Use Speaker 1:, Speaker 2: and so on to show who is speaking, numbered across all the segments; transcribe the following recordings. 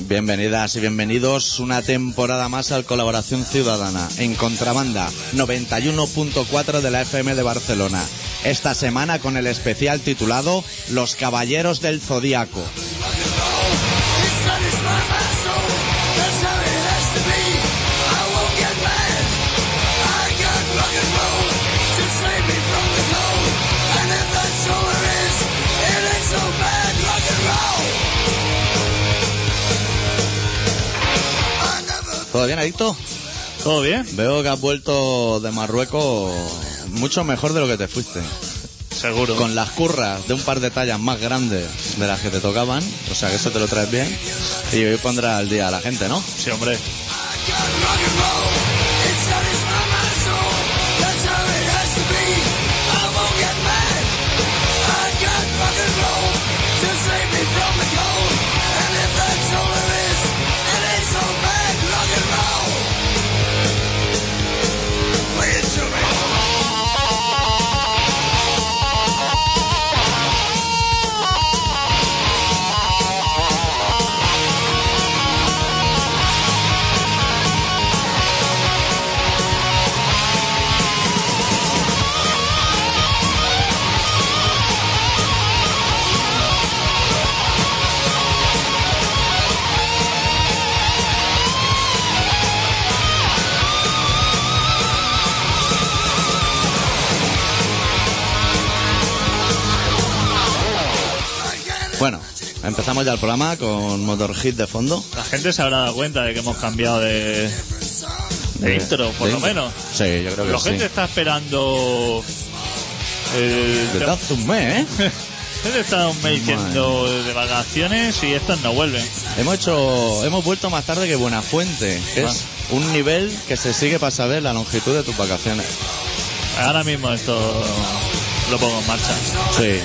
Speaker 1: Bienvenidas y bienvenidos una temporada más al Colaboración Ciudadana en Contrabanda 91.4 de la FM de Barcelona. Esta semana con el especial titulado Los Caballeros del Zodíaco. ¿Todo bien, Adicto?
Speaker 2: ¿Todo bien?
Speaker 1: Veo que has vuelto de Marruecos mucho mejor de lo que te fuiste.
Speaker 2: Seguro.
Speaker 1: Con las curras de un par de tallas más grandes de las que te tocaban. O sea que eso te lo traes bien. Y hoy pondrá al día a la gente, ¿no?
Speaker 2: Sí, hombre.
Speaker 1: Bueno, empezamos ya el programa con Motor Hit de fondo.
Speaker 2: La gente se habrá dado cuenta de que hemos cambiado de, de intro, por
Speaker 1: de
Speaker 2: lo
Speaker 1: intro.
Speaker 2: menos.
Speaker 1: Sí, yo creo que
Speaker 2: La
Speaker 1: sí.
Speaker 2: gente está esperando. el-
Speaker 1: De
Speaker 2: la
Speaker 1: Daz un mes, ¿eh?
Speaker 2: gente está un mes yendo de vacaciones y estos no vuelven.
Speaker 1: Hemos hecho, hemos vuelto más tarde que Buenafuente, que
Speaker 2: Ah.
Speaker 1: es un nivel que se sigue para saber la longitud de tus vacaciones.
Speaker 2: Ahora mismo esto lo pongo en marcha.
Speaker 1: Sí.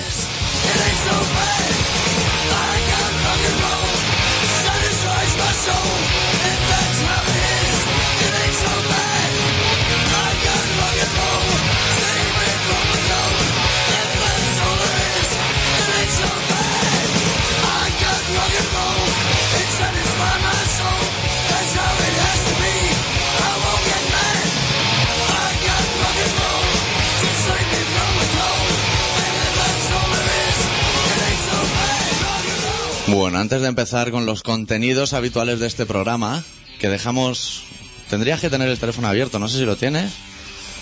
Speaker 1: Bueno, antes de empezar con los contenidos habituales de este programa, que dejamos, tendrías que tener el teléfono abierto, no sé si lo tienes,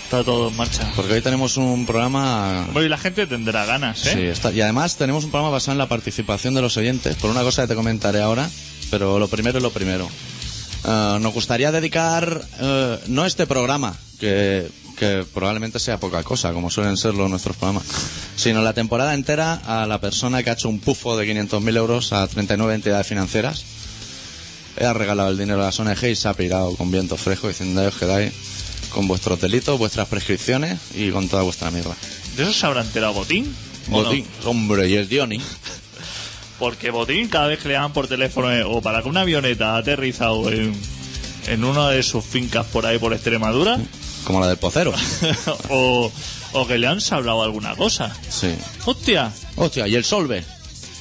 Speaker 2: Está todo en marcha.
Speaker 1: porque hoy tenemos un programa
Speaker 2: Hoy la gente tendrá ganas, ¿eh?
Speaker 1: Sí, está- y además tenemos un programa basado en la participación de los oyentes, por una cosa que te comentaré ahora, pero lo primero es lo primero. Eh, nos gustaría dedicar, eh, no este programa, que, que probablemente sea poca cosa, como suelen serlo nuestros programas, sino la temporada entera a la persona que ha hecho un pufo de 500.000 euros a 39 entidades financieras. Ha regalado el dinero a las ONG y se ha pirado con viento fresco diciendo "Ahí os quedáis con vuestros delitos, vuestras prescripciones y con toda vuestra mierda.
Speaker 2: ¿De eso se habrá enterado Botín? ¿O no?
Speaker 1: Botín, hombre, y el Dioni.
Speaker 2: Porque Botín cada vez que le dan por teléfono eh, o para que una avioneta ha aterrizado en, en una de sus fincas por ahí por Extremadura
Speaker 1: Como la del pocero.
Speaker 2: o, o que le han sabrado alguna cosa.
Speaker 1: Sí.
Speaker 2: ¡Hostia!
Speaker 1: Hostia, y el Solve.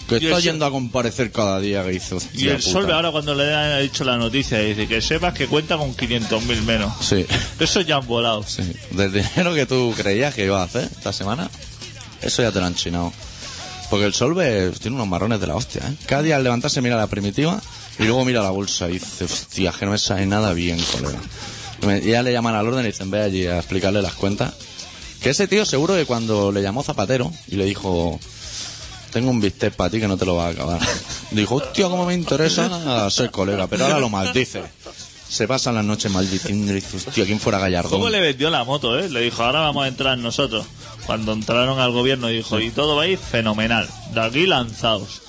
Speaker 1: Que
Speaker 2: Y el
Speaker 1: está
Speaker 2: Sol-
Speaker 1: yendo a comparecer cada día que hizo.
Speaker 2: Y el Solve ahora cuando le ha dicho la noticia dice que sepas que cuenta con 500.000 menos.
Speaker 1: Sí,
Speaker 2: Eso ya han volado.
Speaker 1: sí. Del dinero que tú creías que iba a hacer esta semana, eso ya te lo han chinado. Porque el Solve tiene unos marrones de la hostia, ¿eh? Cada día al levantarse mira la primitiva y luego mira la bolsa y dice, hostia, que no me sale nada bien, colega. Me- Y ya le llaman al orden y dicen, ve allí a explicarle las cuentas. Que ese tío seguro que cuando le llamó Zapatero y le dijo, tengo un bistec para ti que no te lo vas a acabar. Dijo, hostia, cómo me interesa ser colega, pero ahora lo maldice. Se pasan las noches maldiciendo y dice, hostia, ¿quién fuera Gallardo?
Speaker 2: ¿Cómo le vendió la moto, eh? Le dijo, ahora vamos a entrar nosotros. Cuando entraron al gobierno dijo, y todo va a ir fenomenal. De aquí lanzaos.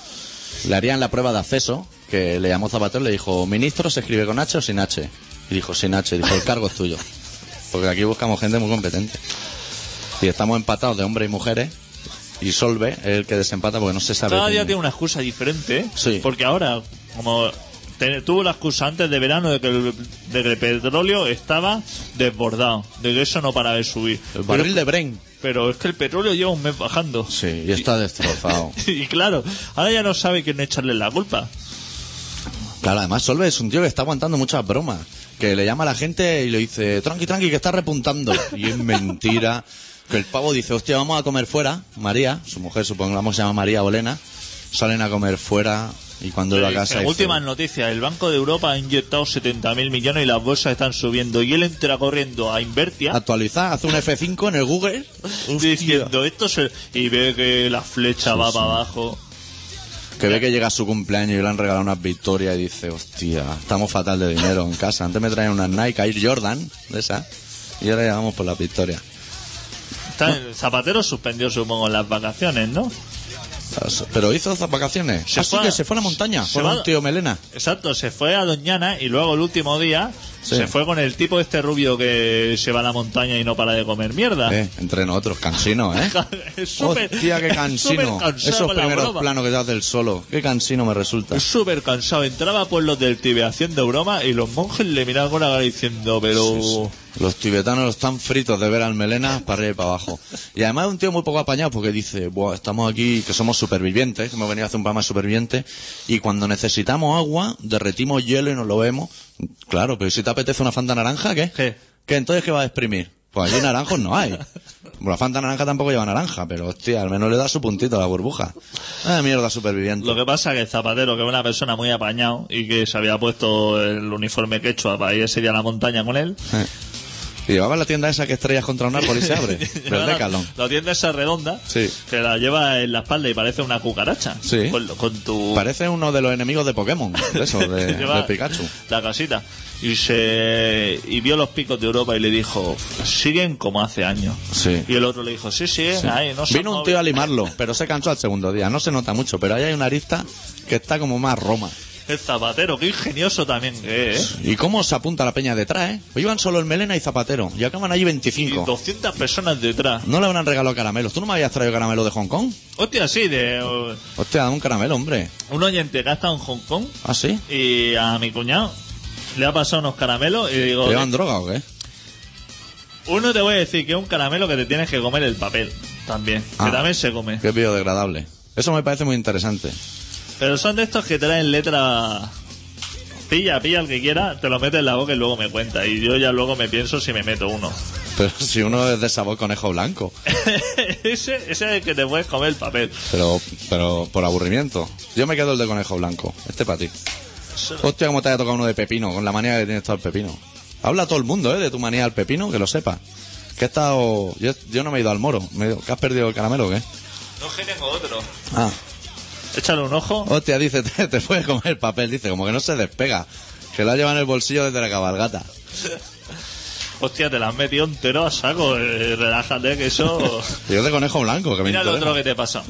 Speaker 1: Le harían la prueba de acceso, que le llamó Zapatero y le dijo, ministro, ¿se escribe con H o sin H? Y dijo, sin H, Y dijo, el cargo es tuyo. Porque aquí buscamos gente muy competente. Y estamos empatados de hombres y mujeres. Y Solve es el que desempata porque no se sabe.
Speaker 2: Cada
Speaker 1: quién-
Speaker 2: día tiene una excusa diferente, ¿eh?
Speaker 1: Sí.
Speaker 2: Porque ahora, como te- tuvo la excusa antes de verano de que, el, de que el petróleo estaba desbordado, de que eso no paraba de subir.
Speaker 1: El barril de Brain.
Speaker 2: Pero, pero es que el petróleo lleva un mes bajando.
Speaker 1: Sí, y está destrozado.
Speaker 2: Y claro, ahora ya no sabe quién echarle la culpa.
Speaker 1: Claro, además Solve es un tío que está aguantando muchas bromas. Que le llama a la gente y le dice, tranqui, tranqui, que está repuntando. Y es mentira. Que el pavo dice, hostia, vamos a comer fuera. María, su mujer, supongamos, se llama María Bolena. Salen a comer fuera y cuando va a casa.
Speaker 2: En
Speaker 1: dice,
Speaker 2: últimas noticias, el Banco de Europa ha inyectado 70.000 millones y las bolsas están subiendo. Y él entra corriendo a Invertia
Speaker 1: Actualizar, hace un F5 en el Google. Hostia.
Speaker 2: diciendo esto se- y ve que la flecha va para abajo.
Speaker 1: Que ve que llega su cumpleaños y le han regalado unas victorias y dice, hostia, estamos fatal de dinero en casa. Antes me traían unas Nike Air Jordan, de esas, y ahora ya vamos por las victorias.
Speaker 2: Está- Zapatero suspendió, supongo, las vacaciones, ¿no?
Speaker 1: Pero hizo esas vacaciones.
Speaker 2: Se
Speaker 1: Así
Speaker 2: fue a-
Speaker 1: que se fue a la montaña
Speaker 2: se
Speaker 1: con
Speaker 2: va-
Speaker 1: un tío melena.
Speaker 2: Exacto, se fue a Doñana y luego el último día
Speaker 1: Sí.
Speaker 2: se fue con el tipo este rubio que se va a la montaña y no para de comer mierda.
Speaker 1: Eh, entre nosotros, cansino, ¿eh?
Speaker 2: Es Ah. súper-
Speaker 1: Hostia, qué
Speaker 2: es
Speaker 1: cansino.
Speaker 2: súper cansado
Speaker 1: Esos
Speaker 2: con la
Speaker 1: primeros
Speaker 2: broma.
Speaker 1: planos que te hace el solo. Qué cansino me resulta.
Speaker 2: Es súper cansado. Entraba por los del Tibet haciendo broma y los monjes le miraban con la cara diciendo, pero...
Speaker 1: Los tibetanos están fritos de ver al melena para arriba y para abajo. Y además es un tío muy poco apañado porque dice, Buah, estamos aquí, que somos supervivientes, que hemos venido a hacer un programa de supervivientes, y cuando necesitamos agua, derretimos hielo y nos lo vemos. Claro, pero si te apetece una fanta naranja, ¿qué?
Speaker 2: ¿Qué?
Speaker 1: ¿Qué entonces qué vas a exprimir? Pues allí naranjos no hay. Bueno, La fanta naranja tampoco lleva naranja, pero hostia, al menos le da su puntito a la burbuja. Ah, mierda, superviviente.
Speaker 2: Lo que pasa es que Zapatero, que es una persona muy apañado y que se había puesto el uniforme quechua para ir ese día a la montaña con él,
Speaker 1: Eh. Y llevaba la tienda esa que estrellas contra un árbol y se abre.
Speaker 2: Lleva
Speaker 1: del
Speaker 2: la-
Speaker 1: Decathlon.
Speaker 2: La tienda esa redonda,
Speaker 1: Sí.
Speaker 2: que la lleva en la espalda y parece una cucaracha.
Speaker 1: Sí.
Speaker 2: Con, con tu...
Speaker 1: Parece uno de los enemigos de Pokémon, de eso, de,
Speaker 2: lleva
Speaker 1: Eh, de Pikachu.
Speaker 2: La casita. Y se y vio los picos de Europa y le dijo, siguen como hace años.
Speaker 1: Sí.
Speaker 2: Y el otro le dijo, sí, sí, ahí, no se
Speaker 1: Vino un
Speaker 2: mueve".
Speaker 1: tío a limarlo, pero se cansó al segundo día. No se nota mucho, pero ahí hay una arista que está como más Roma.
Speaker 2: El zapatero, qué ingenioso también que es. ¿eh?
Speaker 1: ¿Y cómo se apunta la peña detrás, eh? Pues Iban solo el Melena y Zapatero, y acaban allí
Speaker 2: Y
Speaker 1: 25.
Speaker 2: 200 personas detrás.
Speaker 1: No le habrán regalado caramelos. ¿Tú no me habías traído caramelo de Hong Kong?
Speaker 2: Hostia, sí, de, eh,
Speaker 1: Hostia, dame un caramelo, hombre.
Speaker 2: un oyente que ha estado en Hong Kong
Speaker 1: ¿Ah, sí?
Speaker 2: y a mi cuñado le ha pasado unos caramelos y digo,
Speaker 1: ¿Te llevan droga o qué?
Speaker 2: uno te voy a decir que es un caramelo que te tienes que comer el papel también, que
Speaker 1: Ah.
Speaker 2: también se come.
Speaker 1: Qué biodegradable. Eso me parece muy interesante.
Speaker 2: Pero son de estos que traen letra... Pilla, pilla el que quiera, te lo metes en la boca y luego me cuenta. Y yo ya luego me pienso si me meto uno.
Speaker 1: Pero si uno es de sabor conejo blanco.
Speaker 2: ese, ese es el que te puedes comer el papel.
Speaker 1: Pero, pero por aburrimiento. Yo me quedo el de conejo blanco. Este para ti. Hostia, cómo te haya tocado uno de pepino, con la manía que tienes todo el pepino. Habla todo el mundo, ¿eh? De tu manía al pepino, que lo sepa. Que he estado... Yo, yo no me he ido al moro. Me he ido- ¿Que has perdido el caramelo o qué?
Speaker 2: No, que tengo otro.
Speaker 1: Ah.
Speaker 2: Échale un ojo.
Speaker 1: Hostia, dice, te, te puedes comer el papel. Dice, como que no se despega. Que lo ha llevado en el bolsillo desde la cabalgata.
Speaker 2: Hostia, te la has metido entero a saco. eh, relájate, que eso...
Speaker 1: Y es de conejo blanco, que me
Speaker 2: Mira lo
Speaker 1: interesa.
Speaker 2: otro que te pasa.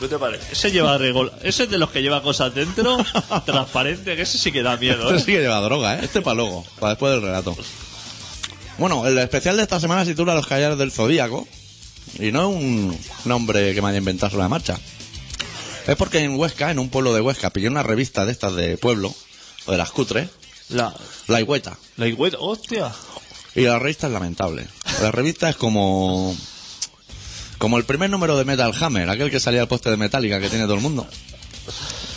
Speaker 2: ¿Qué te parece? Ese lleva regol... Ese es de los que lleva cosas dentro, transparente, que ese sí que da miedo,
Speaker 1: Este
Speaker 2: ¿eh?
Speaker 1: sí que lleva droga, ¿eh? Este para luego, para después del relato. Bueno, el especial de esta semana se titula Los Callares del Zodíaco. Y no es un nombre que me haya inventado sobre la marcha. Es porque en Huesca, en un pueblo de Huesca, pillé una revista de estas de pueblo, o de las cutres,
Speaker 2: ¿eh? La,
Speaker 1: La Higüeta.
Speaker 2: la higüeta, hostia.
Speaker 1: Y la revista es lamentable. La revista es como. Como el primer número de Metal Hammer, aquel que salía al poste de Metallica que tiene todo el mundo.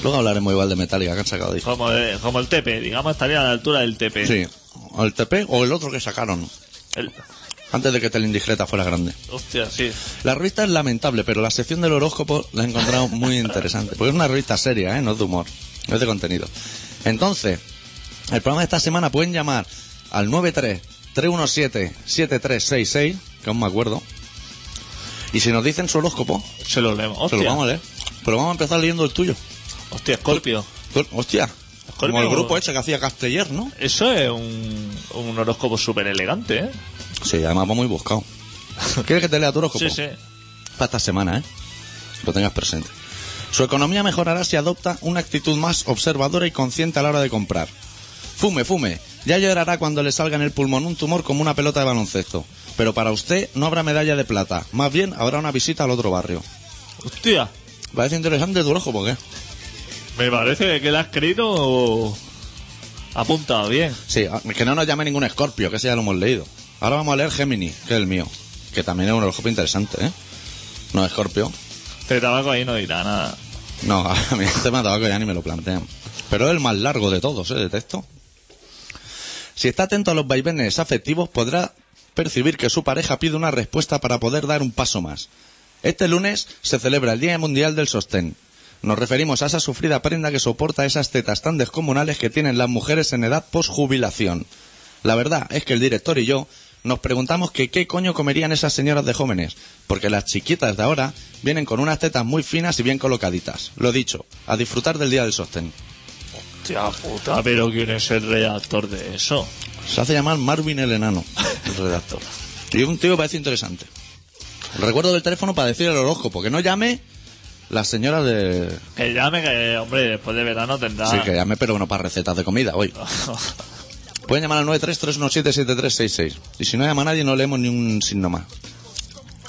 Speaker 1: Luego hablaremos igual de Metallica que han sacado discos.
Speaker 2: Como, de- como el TP, digamos, estaría a la altura del TP.
Speaker 1: Sí, o el TP o el otro que sacaron.
Speaker 2: El-
Speaker 1: Antes de que Tele Indiscreta fuera grande.
Speaker 2: hostia, sí.
Speaker 1: La revista es lamentable, pero la sección del horóscopo la he encontrado muy interesante. Porque es una revista seria, ¿eh? No es de humor, no es de contenido. Entonces, el programa de esta semana pueden llamar al 93-317-7366, que aún me acuerdo. Y si nos dicen su horóscopo,
Speaker 2: Se lo leemos.
Speaker 1: se lo
Speaker 2: Hostia,
Speaker 1: vamos a leer. Pero vamos a empezar leyendo el tuyo.
Speaker 2: hostia, Scorpio.
Speaker 1: Tú- Hostia, como el
Speaker 2: Scorpio.
Speaker 1: grupo ese que hacía Casteller, ¿no?
Speaker 2: Eso es un, un horóscopo súper elegante, ¿eh?
Speaker 1: Sí, además va muy buscado. ¿Quieres que te lea tu horóscopo?
Speaker 2: Sí, sí.
Speaker 1: para esta semana, ¿eh? Lo tengas presente. Su economía mejorará si adopta una actitud más observadora y consciente a la hora de comprar. Fume, fume. Ya llorará cuando le salga en el pulmón un tumor como una pelota de baloncesto. Pero para usted no habrá medalla de plata. Más bien habrá una visita al otro barrio.
Speaker 2: Hostia,
Speaker 1: Parece interesante tu ojo, ¿por qué?
Speaker 2: me parece que la has escrito apuntado bien.
Speaker 1: Sí, a- que no nos llame ningún escorpio, que ese ya lo hemos leído. Ahora vamos a leer Gemini, que es el mío. Que también es un ojo interesante, ¿eh? No escorpio.
Speaker 2: Este tabaco ahí no dirá nada.
Speaker 1: No, a mí el tema de tabaco ya ni me lo plantean. Pero es el más largo de todos, ¿eh? De texto. Si está atento a los vaivenes afectivos, podrá percibir que su pareja pide una respuesta para poder dar un paso más. Este lunes se celebra el Día Mundial del Sostén. Nos referimos a esa sufrida prenda que soporta esas tetas tan descomunales que tienen las mujeres en edad posjubilación. La verdad es que el director y yo nos preguntamos que qué coño comerían esas señoras de jóvenes, porque las chiquitas de ahora vienen con unas tetas muy finas y bien colocaditas. Lo dicho, a disfrutar del Día del Sostén.
Speaker 2: Hostia puta, Ah, pero ¿quién es el redactor de eso?
Speaker 1: Se hace llamar Marvin el Enano, el redactor. Y un tío que parece interesante. Recuerdo del teléfono para decir el horóscopo, que no llame la señora de...
Speaker 2: Que llame, que hombre, después de verano tendrá.
Speaker 1: Sí, que llame, pero no para recetas de comida hoy. Pueden llamar al 933177366. Y si no llama nadie, no leemos ni un signo más.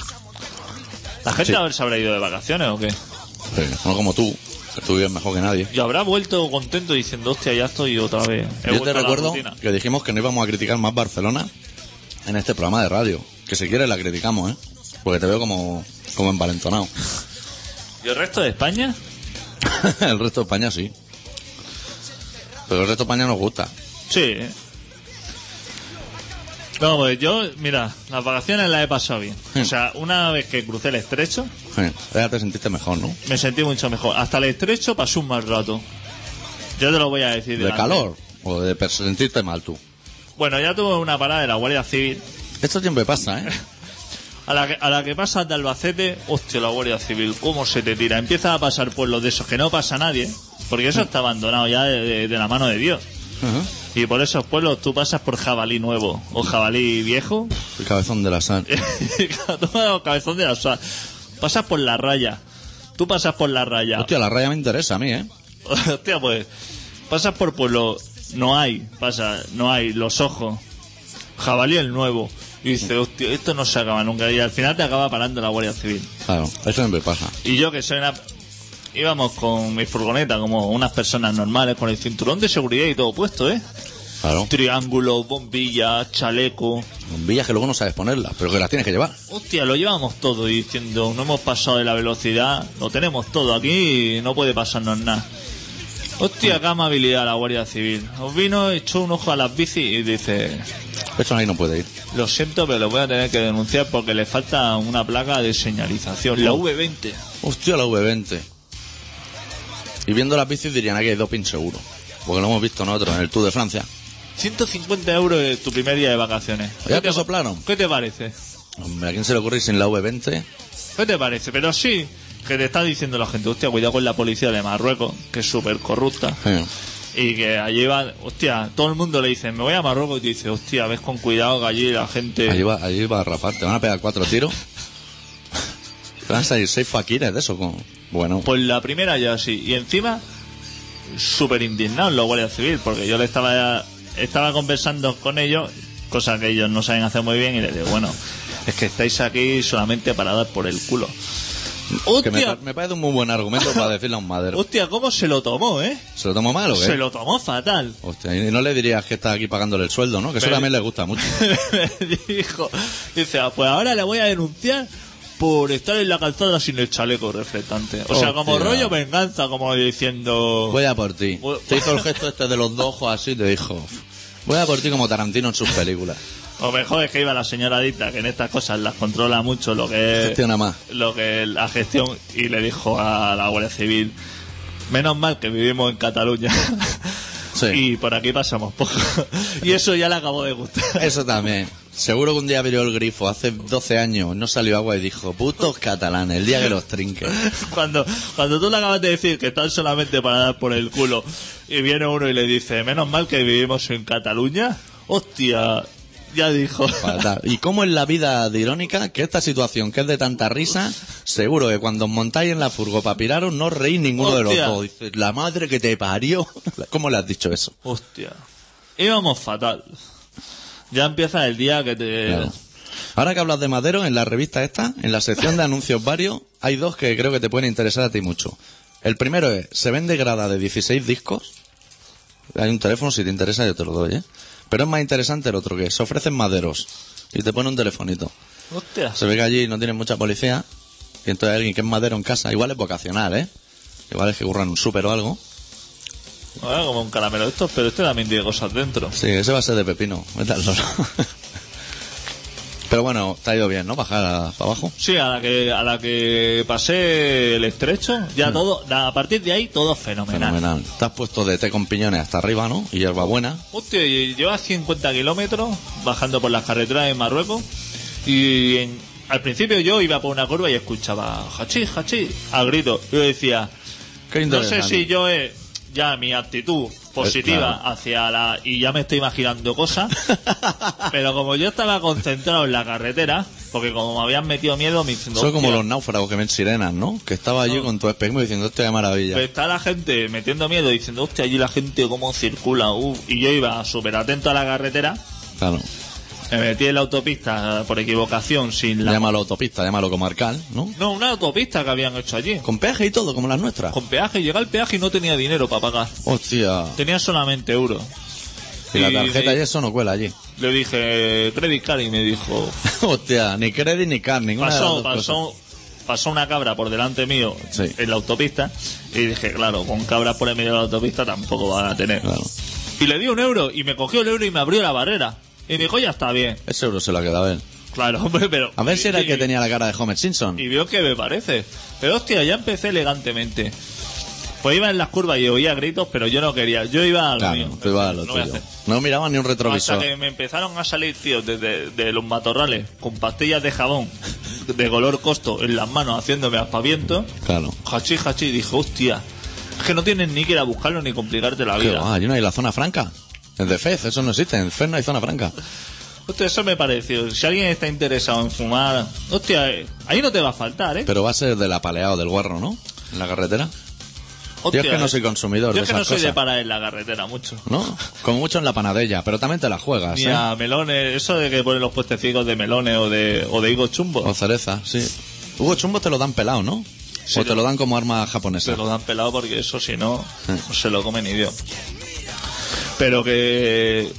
Speaker 2: La gente
Speaker 1: Sí.
Speaker 2: a ver, se habrá ido de vacaciones o qué.
Speaker 1: Sí, No como tú, que tú vives mejor que nadie.
Speaker 2: Y habrá vuelto contento diciendo, hostia, ya estoy otra vez. He
Speaker 1: Yo
Speaker 2: vuelto
Speaker 1: te
Speaker 2: a la
Speaker 1: recuerdo
Speaker 2: rutina.
Speaker 1: que dijimos que no íbamos a criticar más Barcelona en este programa de radio. Que si quieres la criticamos, ¿eh? Porque te veo como, como envalentonado.
Speaker 2: ¿Y el resto de España?
Speaker 1: el resto de España sí. Pero el resto de España nos gusta.
Speaker 2: Sí. No, pues yo, mira, las vacaciones las he pasado bien.
Speaker 1: Hmm.
Speaker 2: O sea, una vez que crucé el estrecho,
Speaker 1: Sí, Eh, Ya te sentiste mejor, ¿no?
Speaker 2: me sentí mucho mejor. Hasta el estrecho pasé un mal rato. Yo te lo voy a decir.
Speaker 1: ¿De
Speaker 2: delante.
Speaker 1: calor? ¿O de per- sentirte mal tú?
Speaker 2: Bueno, ya tuve una parada de la Guardia Civil.
Speaker 1: Esto siempre pasa, ¿eh?
Speaker 2: A la, que, a la que pasas de Albacete, hostia, la Guardia Civil, ¿cómo se te tira? Empiezas a pasar pueblos de esos que no pasa nadie, porque
Speaker 1: Hmm.
Speaker 2: eso está abandonado ya de, de- de la mano de Dios.
Speaker 1: Ajá.
Speaker 2: Y por esos pueblos tú pasas por jabalí nuevo o jabalí viejo,
Speaker 1: El cabezón de la sal.
Speaker 2: Eh. Toma cabezón de la sal. Pasas por la raya. Tú pasas por la raya.
Speaker 1: Hostia, la raya me interesa a mí, ¿eh?
Speaker 2: Hostia, pues. Pasas por pueblo. No hay. Pasa, no hay. Los ojos. Jabalí el nuevo. Y dice, hostia, esto no se acaba nunca. Y al final te acaba parando la Guardia Civil.
Speaker 1: Claro, eso siempre pasa.
Speaker 2: Y yo que soy una... Íbamos con mi furgoneta como unas personas normales, con el cinturón de seguridad y todo puesto, ¿eh?
Speaker 1: Claro.
Speaker 2: Triángulos, bombillas, chaleco.
Speaker 1: Bombillas que luego no sabes ponerlas, pero que las tienes que llevar.
Speaker 2: Hostia, lo llevamos todo y diciendo, no hemos pasado de la velocidad, lo tenemos todo aquí y no puede pasarnos nada. Hostia, qué amabilidad la Guardia Civil. Os vino, echó un ojo a las bicis y dice,
Speaker 1: Eso ahí no puede ir.
Speaker 2: lo siento, pero lo voy a tener que denunciar porque le falta una placa de señalización, la V20.
Speaker 1: Hostia, la V20. Y viendo las bicis dirían, aquí hay doping seguro. Porque lo hemos visto nosotros en el Tour de Francia.
Speaker 2: 150 euros de tu primer día de vacaciones.
Speaker 1: Ya te soplaron.
Speaker 2: ¿Qué te parece?
Speaker 1: Hombre, ¿a quién se le ocurre ir sin la V20?
Speaker 2: ¿Qué te parece? Pero sí, que te está diciendo la gente, hostia, cuidado con la policía de Marruecos, que es súper corrupta.
Speaker 1: Sí.
Speaker 2: Y que allí va, hostia, todo el mundo le dice, me voy a Marruecos y te dice, hostia, ves con cuidado que allí la gente...
Speaker 1: Allí, va, allí va a rapar, te van a pegar cuatro tiros. te van a salir seis faquires de eso. Con... Bueno,
Speaker 2: Pues la primera ya sí. Y encima, súper indignados los guardias civiles, porque yo le estaba, estaba conversando con ellos, cosa que ellos no saben hacer muy bien, y les digo, bueno, es que estáis aquí solamente para dar por el culo.
Speaker 1: que me,
Speaker 2: Hostia,
Speaker 1: pa- me parece un muy buen argumento para decirle a un madero.
Speaker 2: hostia, ¿cómo se lo tomó, eh?
Speaker 1: ¿Se lo tomo mal o qué?
Speaker 2: Se lo tomó fatal.
Speaker 1: Hostia, y no le dirías que estás aquí pagándole el sueldo, ¿no? Que eso
Speaker 2: Pero-
Speaker 1: también le gusta mucho.
Speaker 2: me dijo, dice, "Ah, pues ahora le voy a denunciar por estar en la calzada sin el chaleco reflectante. O sea, como
Speaker 1: Hostia.
Speaker 2: rollo venganza, como diciendo...
Speaker 1: Voy a por ti.
Speaker 2: Voy-
Speaker 1: Te hizo el gesto este de los dos ojos así, te dijo. Voy a por ti como Tarantino en sus películas.
Speaker 2: O mejor es que iba la señora Dita, que en estas cosas las controla mucho lo que es...
Speaker 1: Gestiona más.
Speaker 2: Lo que es la gestión, y le dijo a la Guardia Civil, menos mal que vivimos en Cataluña.
Speaker 1: Sí.
Speaker 2: Y por aquí pasamos poco. Y eso ya le acabó de gustar.
Speaker 1: Eso también. Seguro que un día abrió el grifo, hace 12 años, no salió agua y dijo, putos catalanes, el día que los trinquen.
Speaker 2: Cuando, cuando tú le acabas de decir que están solamente para dar por el culo y viene uno y le dice, menos mal que vivimos en Cataluña, hostia, ya dijo.
Speaker 1: Fatal. ¿Y cómo es la vida de irónica que esta situación que es de tanta risa, seguro que cuando os montáis en la furgo para piraros no os reís ninguno de
Speaker 2: Hostia.
Speaker 1: los dos? Dices, la madre que te parió. ¿Cómo le has dicho eso?
Speaker 2: Hostia, íbamos fatal. Ya empieza el día que te...
Speaker 1: Claro. Ahora que hablas de Madero, en la revista esta, en la sección de anuncios varios, hay dos que creo que te pueden interesar a ti mucho. El primero es, se vende grada de 16 discos. Hay un teléfono, si te interesa yo te lo doy, ¿eh? Pero es más interesante el otro que es, se ofrecen maderos y te pone un telefonito.
Speaker 2: Hostia.
Speaker 1: Se ve que allí no tienen mucha policía y entonces hay alguien que es madero en casa, igual es vocacional, ¿eh? Igual es que curran un súper o algo.
Speaker 2: Bueno, como un caramelo de estos, pero este también tiene cosas dentro.
Speaker 1: Sí, ese va a ser de pepino. Vete al loro. Pero bueno, te ha ido bien, ¿no? Bajar a- para abajo.
Speaker 2: Sí, a la que a la que pasé el estrecho, ya todo, a partir de ahí todo fenomenal.
Speaker 1: Fenomenal. Te has puesto de té con piñones hasta arriba, ¿no? Y hierbabuena.
Speaker 2: Hostia, y llevas 50 kilómetros bajando por las carreteras de Marruecos y en- al principio yo iba por una curva y escuchaba hachí, hachí, al grito. Yo decía,
Speaker 1: Qué
Speaker 2: no
Speaker 1: interesante.
Speaker 2: sé si yo he- ya mi actitud positiva
Speaker 1: Eh,
Speaker 2: hacia la... y ya me estoy imaginando cosas, pero como yo estaba concentrado en la carretera, porque como me habían metido miedo, me diciendo...
Speaker 1: Soy como
Speaker 2: "Hostia,
Speaker 1: los náufragos que ven sirenas, ¿no? Que estaba allí con tu espejismo diciendo, esto es maravilla.
Speaker 2: Pero pues está la gente metiendo miedo, diciendo, hostia, allí la gente cómo circula, uh", y yo iba súper atento a la carretera,
Speaker 1: Claro.
Speaker 2: me metí en la autopista eh, por equivocación sin la...
Speaker 1: Llámalo autopista, llámalo comarcal, ¿no?
Speaker 2: No, una autopista que habían hecho allí,
Speaker 1: Con peaje y todo, como las nuestras.
Speaker 2: con peaje, llega el peaje y no tenía dinero para pagar,
Speaker 1: Hostia.
Speaker 2: tenía solamente euros.
Speaker 1: Y la
Speaker 2: Y-
Speaker 1: tarjeta
Speaker 2: y-
Speaker 1: y eso no cuela allí.
Speaker 2: Le dije, credit card, y me dijo,
Speaker 1: Hostia, ni credit ni car, ninguna de las
Speaker 2: pasó,
Speaker 1: dos cosas.
Speaker 2: pasó, pasó una cabra por delante mío
Speaker 1: Sí.
Speaker 2: en la autopista, y dije, claro, con cabras por el medio de la autopista tampoco van a tener.
Speaker 1: Claro.
Speaker 2: Y le di un euro, y me cogió el euro y me abrió la barrera. Y me dijo, ya está bien.
Speaker 1: Ese euro se lo ha quedado él.
Speaker 2: Claro, hombre, pero.
Speaker 1: A ver si era el que
Speaker 2: y-
Speaker 1: tenía la cara de Homer Simpson.
Speaker 2: Y veo que me parece. Pero hostia, ya empecé elegantemente. Pues iba en las curvas y oía gritos, pero yo no quería. Yo iba a lo
Speaker 1: Claro,
Speaker 2: mío.
Speaker 1: tú ibas a lo
Speaker 2: No voy a
Speaker 1: tuyo.
Speaker 2: hacer.
Speaker 1: No miraba ni un
Speaker 2: Hasta
Speaker 1: retrovisor.
Speaker 2: que me empezaron a salir tíos desde de los matorrales con pastillas de jabón de color costo en las manos haciéndome aspaviento.
Speaker 1: Claro.
Speaker 2: Hachi, hachi, dije, hostia, es que no tienes ni que ir a buscarlo ni complicarte la
Speaker 1: ¿Qué
Speaker 2: vida.
Speaker 1: va? ¿Hay una y la zona franca? En The Fez, eso no existe. En Fez no hay zona franca.
Speaker 2: Hostia, eso me pareció. Si alguien está interesado en fumar, hostia, eh, ahí no te va a faltar, ¿eh?
Speaker 1: Pero va a ser del apaleado, del guarro, ¿no? En la carretera.
Speaker 2: Hostia, eh,
Speaker 1: yo es que no soy consumidor
Speaker 2: Yo
Speaker 1: de
Speaker 2: es que
Speaker 1: esas
Speaker 2: no soy de
Speaker 1: cosas.
Speaker 2: parar en la carretera mucho.
Speaker 1: ¿No? Como mucho en la panadella, pero también te la juegas,
Speaker 2: Ni
Speaker 1: ¿eh?
Speaker 2: a melones, eso de que ponen los puestecicos de melones o de, o de higos
Speaker 1: ¿eh? O
Speaker 2: chumbos.
Speaker 1: cereza, sí. Hugo Chumbo te lo dan pelado, ¿no?
Speaker 2: Sí,
Speaker 1: o te
Speaker 2: yo-
Speaker 1: lo dan como arma japonesa.
Speaker 2: Se lo dan pelado porque eso si no,
Speaker 1: Eh.
Speaker 2: no se lo comen ni Dios. Pero que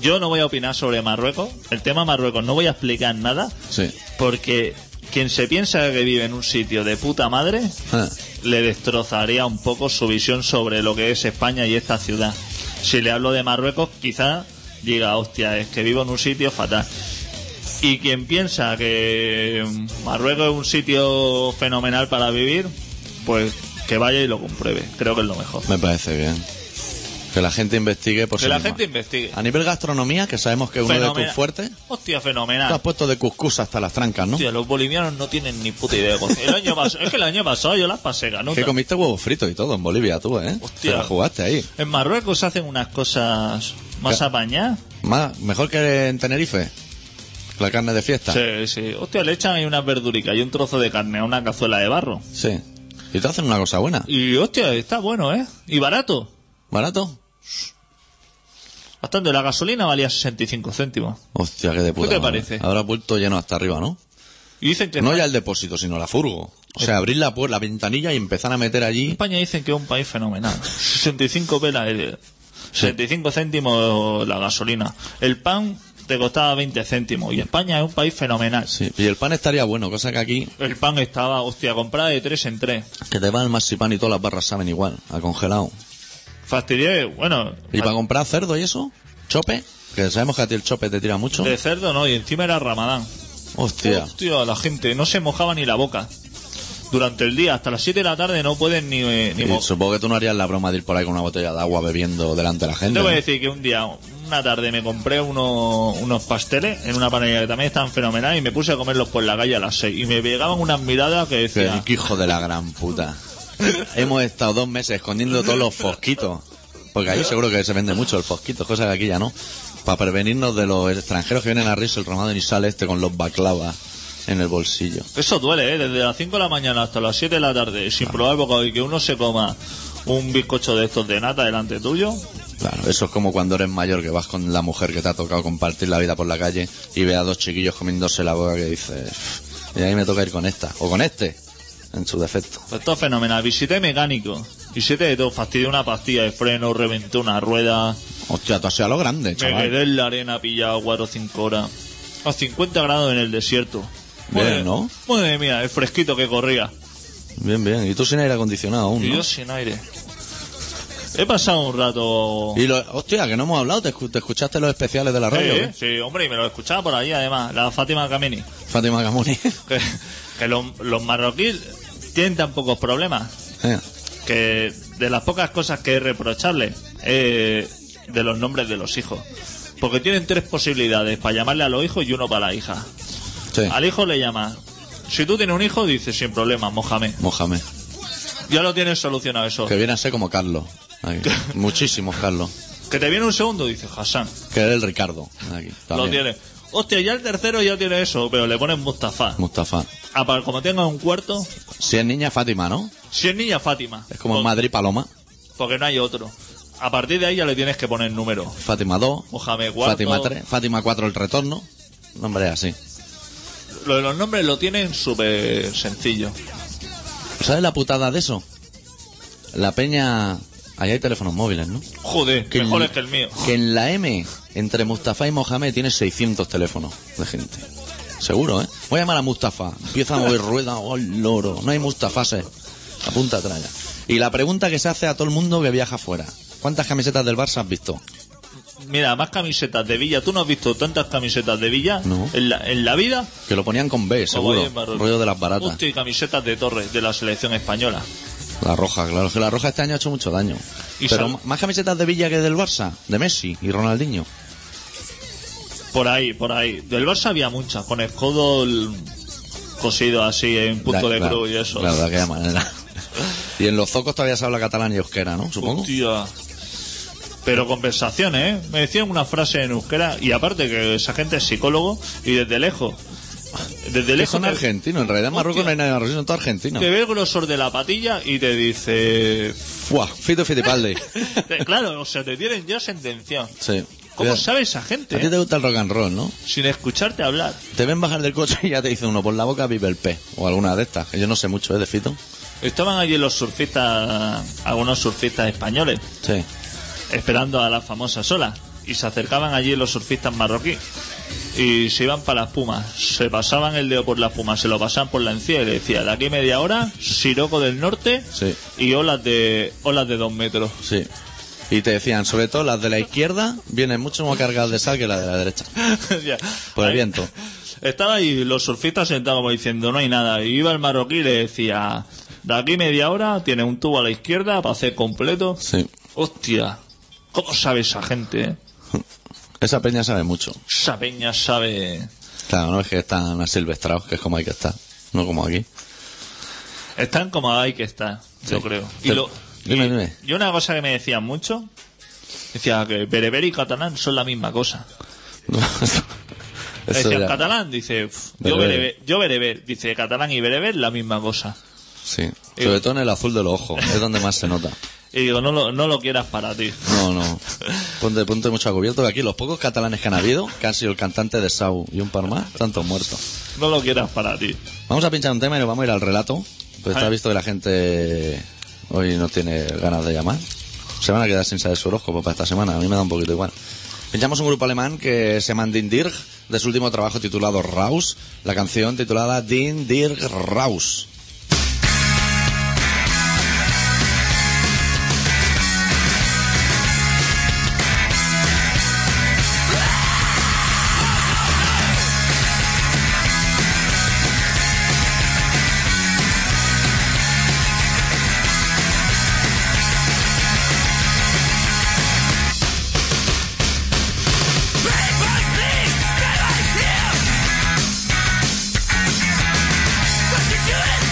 Speaker 2: yo no voy a opinar sobre Marruecos. El tema Marruecos no voy a explicar nada
Speaker 1: Sí.
Speaker 2: porque quien se piensa que vive en un sitio de puta madre
Speaker 1: Ah,
Speaker 2: le destrozaría un poco su visión sobre lo que es España y esta ciudad. Si le hablo de Marruecos, quizá diga, hostia, es que vivo en un sitio fatal. Y quien piensa que Marruecos es un sitio fenomenal para vivir, pues que vaya y lo compruebe. Creo que es lo mejor.
Speaker 1: me parece bien. Que la gente investigue por
Speaker 2: Que
Speaker 1: sí
Speaker 2: la
Speaker 1: misma.
Speaker 2: gente investigue.
Speaker 1: A nivel gastronomía, que sabemos que es uno de
Speaker 2: Fenomena-
Speaker 1: tus fuertes,
Speaker 2: Hostia,
Speaker 1: te
Speaker 2: fenomenal.
Speaker 1: has puesto de cuscús hasta las trancas, ¿no?
Speaker 2: Ah. Hostia, los bolivianos no tienen ni puta idea. de cocinar. El año pasado- es que el año pasado yo las pasé ganutas.
Speaker 1: que comiste huevos fritos y todo en Bolivia, tú, ¿eh?
Speaker 2: Hostia.
Speaker 1: Te la jugaste ahí.
Speaker 2: En Marruecos se hacen unas cosas más
Speaker 1: Ca-
Speaker 2: apañadas.
Speaker 1: Más, mejor que en Tenerife. La carne de fiesta.
Speaker 2: Sí, sí. Hostia, le echan ahí unas verduricas y un trozo de carne a una cazuela de barro.
Speaker 1: Sí. Y te hacen una cosa buena.
Speaker 2: Y hostia, está bueno, ¿eh? Y barato.
Speaker 1: ¿Barato?
Speaker 2: Bastante. La gasolina valía 65 céntimos.
Speaker 1: Hostia, qué de puta
Speaker 2: ¿Qué te
Speaker 1: madre.
Speaker 2: parece?
Speaker 1: Ahora has vuelto lleno hasta arriba, ¿no?
Speaker 2: Y dicen que
Speaker 1: No
Speaker 2: en
Speaker 1: ya el depósito, sino la furgo. O
Speaker 2: Eh.
Speaker 1: sea, abrir la, puer- la ventanilla y empezar a meter allí.
Speaker 2: España dicen que es un país fenomenal. 65 velas, eh, 65 céntimos la gasolina. El pan te costaba 20 céntimos. Y España es un país fenomenal.
Speaker 1: Sí. Y el pan estaría bueno, cosa que aquí,
Speaker 2: El pan estaba, hostia, comprada de 3 en 3.
Speaker 1: que te va el marzipan y todas las barras saben igual, a congelado.
Speaker 2: Fastidié, bueno,
Speaker 1: ¿Y para comprar cerdo y eso? ¿Chope? Que sabemos que a ti el chope te tira mucho.
Speaker 2: de cerdo no, y encima era ramadán.
Speaker 1: Hostia.
Speaker 2: Hostia, la gente no se mojaba ni la boca. Durante el día, hasta las 7 de la tarde, no pueden ni, eh, ni
Speaker 1: Y
Speaker 2: mo-
Speaker 1: supongo que tú no harías la broma de ir por ahí con una botella de agua bebiendo delante de la gente.
Speaker 2: Te voy a
Speaker 1: ¿no?
Speaker 2: decir que un día, una tarde, me compré uno- unos pasteles en una panadería que también estaban fenomenal y me puse a comerlos por la calle a las 6. Y me llegaban unas miradas que
Speaker 1: Que
Speaker 2: decían,
Speaker 1: hijo de la gran puta. Hemos estado dos meses escondiendo todos los fosquitos. Porque ahí seguro que se vende mucho el fosquito, cosa que aquí ya no. Para prevenirnos de los extranjeros que vienen a reírse el romano y sale este con los baclavas en el bolsillo.
Speaker 2: eso duele, ¿eh? Desde las 5 de la mañana hasta las 7 de la tarde, sin probar bocado y que uno se coma un bizcocho de estos de nata delante tuyo.
Speaker 1: Claro, eso es como cuando eres mayor que vas con la mujer que te ha tocado compartir la vida por la calle y ve a dos chiquillos comiéndose la boca que dices, "Pff, y ahí me toca ir con esta, o con este, en su defecto.
Speaker 2: Pues todo fenomenal. Visité mecánico. Visité de todo. Fastidié una pastilla de freno, reventé una rueda.
Speaker 1: Hostia, tú has sido a lo grande,
Speaker 2: Me
Speaker 1: chaval.
Speaker 2: quedé en la arena pillado 4 o 5 horas. A 50 grados en el desierto.
Speaker 1: Bien,
Speaker 2: Madre-
Speaker 1: ¿no?
Speaker 2: Madre mía, el fresquito que corría.
Speaker 1: Bien, bien. Y tú sin aire acondicionado aún,
Speaker 2: Y
Speaker 1: ¿no?
Speaker 2: yo sin aire. He pasado un rato.
Speaker 1: Y lo, hostia, que no hemos hablado. ¿Te, escu- te escuchaste los especiales de la
Speaker 2: Sí,
Speaker 1: radio?
Speaker 2: ¿eh? sí, hombre, y me lo escuchaba por ahí además, la Fátima Camini.
Speaker 1: ¿qué? Fátima Camoni.
Speaker 2: Que, que los, los marroquíes tienen tan pocos problemas
Speaker 1: Eh,
Speaker 2: que de las pocas cosas que es reprochable eh, de los nombres de los hijos. Porque tienen tres posibilidades para llamarle a los hijos y uno para la hija.
Speaker 1: sí.
Speaker 2: Al hijo le llamas. Si tú tienes un hijo, dices sin problema, Mohamed.
Speaker 1: Mohamed.
Speaker 2: Ya lo tienes solucionado eso.
Speaker 1: Que viene a ser como Carlos. Aquí. Muchísimos Carlos.
Speaker 2: Que te viene un segundo, dices Hassan.
Speaker 1: Que es el Ricardo. Aquí,
Speaker 2: Lo
Speaker 1: también.
Speaker 2: tienes. Hostia, ya el tercero ya tiene eso, pero le pones Mustafa.
Speaker 1: Mustafa.
Speaker 2: Ah, para- como tenga un cuarto,
Speaker 1: Si es niña, Fátima, ¿no?
Speaker 2: si es niña, Fátima.
Speaker 1: Es como en
Speaker 2: Por-
Speaker 1: Madrid Paloma.
Speaker 2: Porque no hay otro. A partir de ahí ya le tienes que poner número.
Speaker 1: Fátima 2.
Speaker 2: Mohamed cuarto.
Speaker 1: Fátima 3. Fátima 4, el retorno. Nombre así.
Speaker 2: Lo de los nombres lo tienen súper sencillo.
Speaker 1: ¿Sabes la putada de eso? La peña... Ahí hay teléfonos móviles, ¿no?
Speaker 2: Joder,
Speaker 1: Que en-
Speaker 2: mejores que este, el mío.
Speaker 1: Que en la M, entre Mustafa y Mohamed, tiene 600 teléfonos de gente. Seguro, ¿eh? Voy a llamar a Mustafa. Empieza a mover rueda. ¡Oh, loro! No hay Mustafa, se. Apunta tralla. Y la pregunta que se hace a todo el mundo que viaja afuera. ¿Cuántas camisetas del Barça has visto?
Speaker 2: Mira, más camisetas de Villa. ¿Tú no has visto tantas camisetas de Villa
Speaker 1: No.
Speaker 2: en, la, en la vida?
Speaker 1: Que lo ponían con B,
Speaker 2: como ahí
Speaker 1: seguro.
Speaker 2: en Marruecos.
Speaker 1: Rollo de las baratas.
Speaker 2: Hostia, y camisetas de Torres, de la selección española.
Speaker 1: La roja, claro. Que la roja este año ha hecho mucho daño.
Speaker 2: Y
Speaker 1: Pero
Speaker 2: sal-
Speaker 1: m- más camisetas de Villa que del Barça. De Messi y Ronaldinho.
Speaker 2: Por ahí, por ahí. Del Barça había muchas, con escudo el- cosido así en punto
Speaker 1: Da-
Speaker 2: de
Speaker 1: claro,
Speaker 2: cruz y eso.
Speaker 1: Claro, de aquella manera. Y en los zocos todavía se habla catalán y euskera, ¿no? Supongo.
Speaker 2: Hostia. Pero conversaciones, ¿eh? Me decían una frase en euskera y aparte que esa gente es psicólogo y desde lejos. Desde
Speaker 1: Que
Speaker 2: lejos
Speaker 1: son
Speaker 2: te-
Speaker 1: argentinos, en realidad en Marruecos
Speaker 2: Hostia.
Speaker 1: no hay nadie argentino, son todos argentinos.
Speaker 2: te ve el grosor de la patilla y te dice...
Speaker 1: Fuah, Fito Fitipaldi.
Speaker 2: te- claro, o sea, te tienen ya sentenciado.
Speaker 1: sí.
Speaker 2: ¿Cómo
Speaker 1: Mira,
Speaker 2: sabe esa
Speaker 1: A ti
Speaker 2: gente? eh?
Speaker 1: te gusta el rock and roll, ¿no?
Speaker 2: Sin escucharte hablar.
Speaker 1: Te ven bajar del coche y ya te dice uno, por la boca vive el pez. O alguna de estas, que yo no sé mucho, ¿eh? De Fito.
Speaker 2: Estaban allí los surfistas, algunos surfistas españoles,
Speaker 1: Sí.
Speaker 2: esperando a la famosa sola. Y se acercaban allí los surfistas marroquíes. Y se iban para las pumas. Se pasaban el dedo por las pumas, se lo pasaban por la encía y le decía, de aquí media hora, siroco del norte
Speaker 1: Sí.
Speaker 2: y olas de olas de dos metros.
Speaker 1: Sí. Y te decían, sobre todo las de la izquierda vienen mucho más cargadas de sal que las de la derecha.
Speaker 2: Ya.
Speaker 1: Por el
Speaker 2: Ahí-
Speaker 1: viento.
Speaker 2: Estaba ahí los surfistas sentados como diciendo, no hay nada. Y iba el marroquí y le decía, de aquí media hora tiene un tubo a la izquierda para hacer completo.
Speaker 1: Sí.
Speaker 2: Hostia, ¿cómo sabe esa gente? eh?
Speaker 1: Esa peña sabe mucho.
Speaker 2: Esa peña sabe...
Speaker 1: Claro, no es que están asilvestrados, que es como hay que estar. No como aquí.
Speaker 2: Están como hay que estar, yo
Speaker 1: Sí.
Speaker 2: creo. Y,
Speaker 1: Te-
Speaker 2: lo-
Speaker 1: Dime, dime.
Speaker 2: y una cosa que me decían mucho, decía que bereber y catalán son la misma cosa.
Speaker 1: Eso
Speaker 2: decían
Speaker 1: ya-
Speaker 2: catalán, dice, "Uf, yo
Speaker 1: Bereber.
Speaker 2: bereber, yo bereber, dice catalán y bereber la misma cosa.
Speaker 1: Sí. Sobre todo en el azul de los ojos, es donde más se nota.
Speaker 2: Y digo, no lo, no lo quieras para ti.
Speaker 1: No, no. Ponte, ponte mucho a cubierto. que Aquí los pocos catalanes que han habido, casi el cantante de Sau y un par más, tantos muertos.
Speaker 2: No lo quieras para ti.
Speaker 1: Vamos a pinchar un tema y nos vamos a ir al relato. Pues está
Speaker 2: Ay.
Speaker 1: visto que la gente hoy no tiene ganas de llamar. Se van a quedar sin saber su horóscopo para esta semana. A mí me da un poquito igual. Pinchamos un grupo alemán que se llama Din Dirk, de su último trabajo titulado Raus. La canción titulada Din Dirk Raus.
Speaker 3: What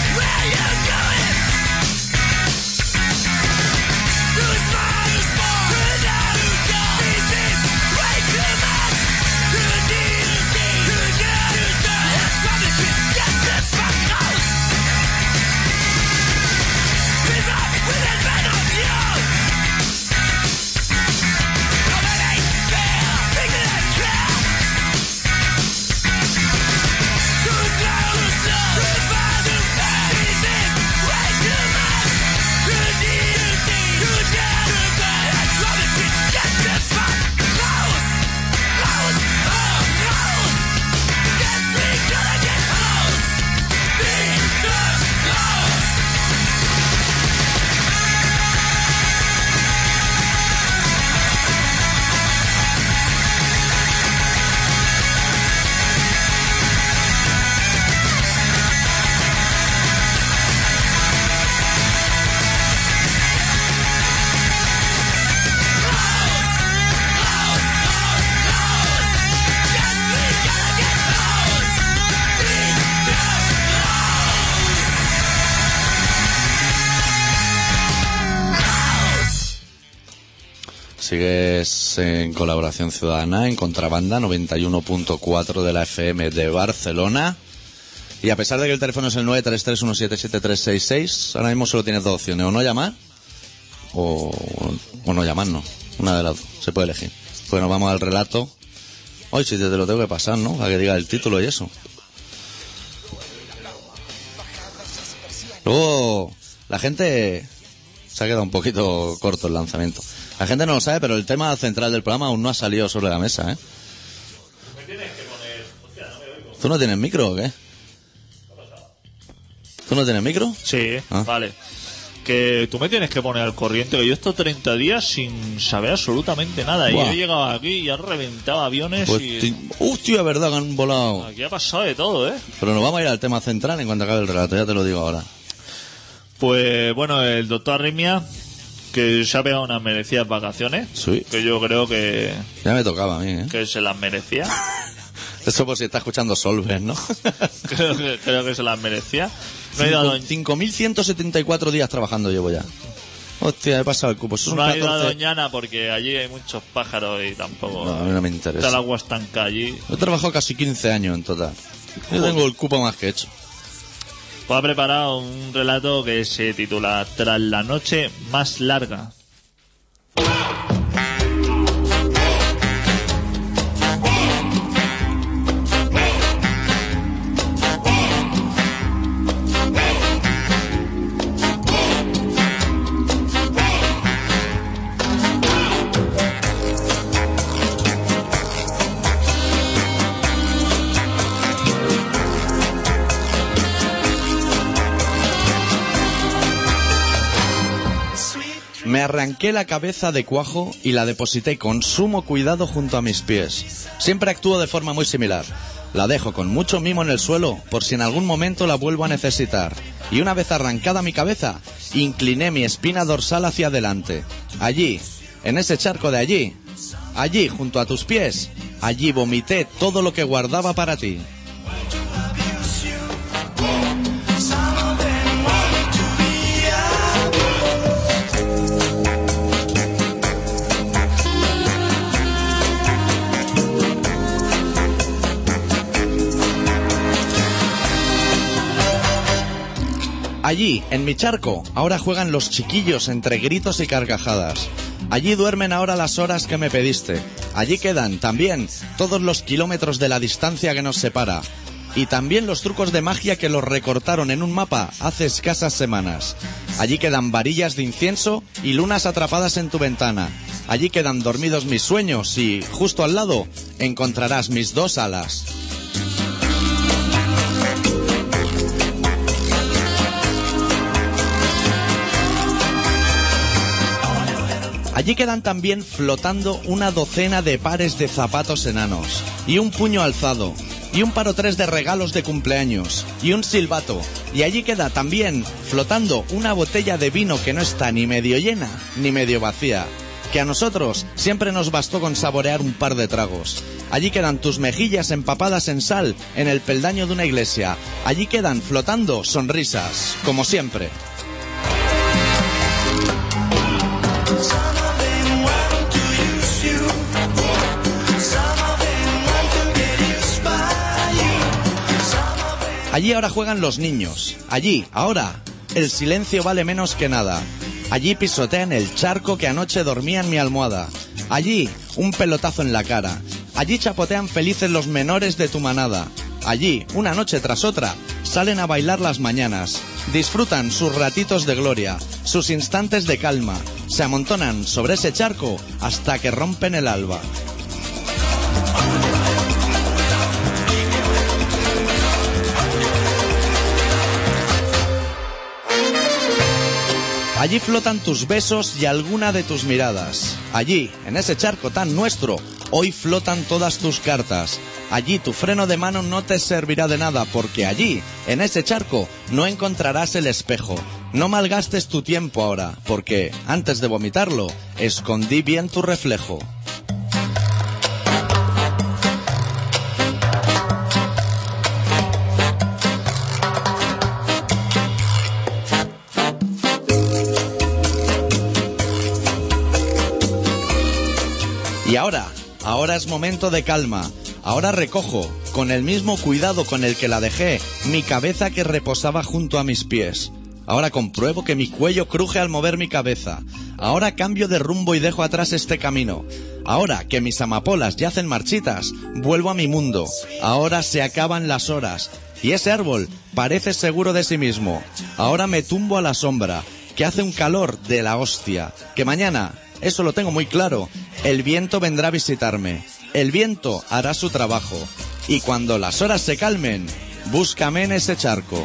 Speaker 3: you doing?
Speaker 1: sigues en Colaboración Ciudadana, en Contrabanda 91.4 de la FM de Barcelona. Y a pesar de que el teléfono es el 933177366, ahora mismo solo tienes dos opciones, o no llamar, o, o no llamarnos. Una de las dos, se puede elegir. Pues nos vamos al relato. Hoy si te te lo tengo que pasar, ¿no? Para que diga el título y eso. Luego, la gente se ha quedado un poquito corto el lanzamiento. La gente no lo sabe, pero el tema central del programa aún no ha salido sobre la mesa, ¿eh? ¿Tú no tienes micro o qué? ¿Tú no tienes micro?
Speaker 2: Sí, ¿eh?
Speaker 1: Ah.
Speaker 2: vale. Que tú me tienes que poner al corriente, que yo he estado 30 días sin saber absolutamente nada. Y
Speaker 1: Buah.
Speaker 2: yo he llegado aquí y han reventado aviones
Speaker 1: Pues
Speaker 2: y...
Speaker 1: ti- Hostia, verdad que han volado.
Speaker 2: Aquí ha pasado de todo, ¿eh?
Speaker 1: Pero nos vamos a ir al tema central en cuanto acabe el relato, ya te lo digo ahora.
Speaker 2: Pues bueno, el doctor Arrimia, que se ha pegado unas merecidas vacaciones,
Speaker 1: Sí.
Speaker 2: que yo creo que,
Speaker 1: Ya me tocaba a mí, ¿eh?
Speaker 2: que se las merecía.
Speaker 1: Eso por si está escuchando Solves, ¿no?
Speaker 2: creo, que, creo que se las merecía. No ha ido a Doña,
Speaker 1: Cinco- 5.174 días trabajando llevo ya. Hostia, he pasado el cupo. Eso es un
Speaker 2: no ha ido a
Speaker 1: 14.
Speaker 2: Doñana porque allí hay muchos pájaros y tampoco
Speaker 1: No, a mí no me
Speaker 2: está el
Speaker 1: interesa.
Speaker 2: agua estanca allí.
Speaker 1: He trabajado casi 15 años en total. Yo tengo el cupo más que hecho.
Speaker 2: Pues ha preparado un relato que se titula Tras la noche más larga.
Speaker 1: Me arranqué la cabeza de cuajo y la deposité con sumo cuidado junto a mis pies. Siempre actúo de forma muy similar. La dejo con mucho mimo en el suelo por si en algún momento la vuelvo a necesitar. Y una vez arrancada mi cabeza, incliné mi espina dorsal hacia adelante. Allí, en ese charco de allí, allí junto a tus pies, allí vomité todo lo que guardaba para ti. Allí, en mi charco, ahora juegan los chiquillos entre gritos y carcajadas. Allí duermen ahora las horas que me pediste. Allí quedan también todos los kilómetros de la distancia que nos separa. Y también los trucos de magia que los recortaron en un mapa hace escasas semanas. Allí quedan varillas de incienso y lunas atrapadas en tu ventana. Allí quedan dormidos mis sueños y, justo al lado, encontrarás mis dos alas. Allí quedan también flotando una docena de pares de zapatos enanos, y un puño alzado, y un par o tres de regalos de cumpleaños, y un silbato. Y allí queda también flotando una botella de vino que no está ni medio llena ni medio vacía, que a nosotros siempre nos bastó con saborear un par de tragos. Allí quedan tus mejillas empapadas en sal en el peldaño de una iglesia. Allí quedan flotando sonrisas, como siempre. Allí ahora juegan los niños. Allí, ahora, el silencio vale menos que nada. Allí pisotean el charco que anoche dormía en mi almohada. Allí, un pelotazo en la cara. Allí chapotean felices los menores de tu manada. Allí, una noche tras otra, salen a bailar las mañanas. Disfrutan sus ratitos de gloria, sus instantes de calma. Se amontonan sobre ese charco hasta que rompen el alba. Allí flotan tus besos y alguna de tus miradas. Allí, en ese charco tan nuestro, hoy flotan todas tus cartas. Allí tu freno de mano no te servirá de nada porque allí, en ese charco, no encontrarás el espejo. No malgastes tu tiempo ahora porque, antes de vomitarlo, escondí bien tu reflejo. Y ahora, ahora es momento de calma. Ahora recojo, con el mismo cuidado con el que la dejé, mi cabeza que reposaba junto a mis pies. Ahora compruebo que mi cuello cruje al mover mi cabeza. Ahora cambio de rumbo y dejo atrás este camino. Ahora que mis amapolas yacen marchitas, vuelvo a mi mundo. Ahora se acaban las horas. Y ese árbol parece seguro de sí mismo. Ahora me tumbo a la sombra, que hace un calor de la hostia. Que mañana, eso lo tengo muy claro, el viento vendrá a visitarme. El viento hará su trabajo. Y cuando las horas se calmen, búscame en ese charco.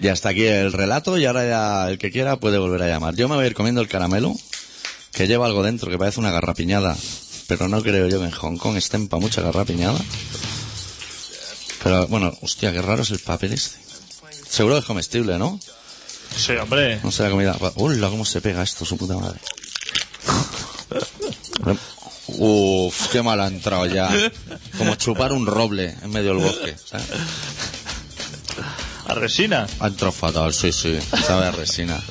Speaker 1: Y hasta aquí el relato y ahora ya el que quiera puede volver a llamar. Yo me voy a ir comiendo el caramelo, que lleva algo dentro, que parece una garrapiñada. Pero no creo yo que en Hong Kong estén para mucha garrapiñada. Pero bueno, hostia, qué raro es el papel este. Seguro que es comestible, ¿no?
Speaker 2: Sí, hombre.
Speaker 1: No será comida. Hola, cómo se pega esto, su puta madre. Uf, qué mal ha entrado ya. Como chupar un roble en medio del bosque. ¿sabes?
Speaker 2: A resina.
Speaker 1: Ha entrado fatal, sí, sí. Sabe a resina.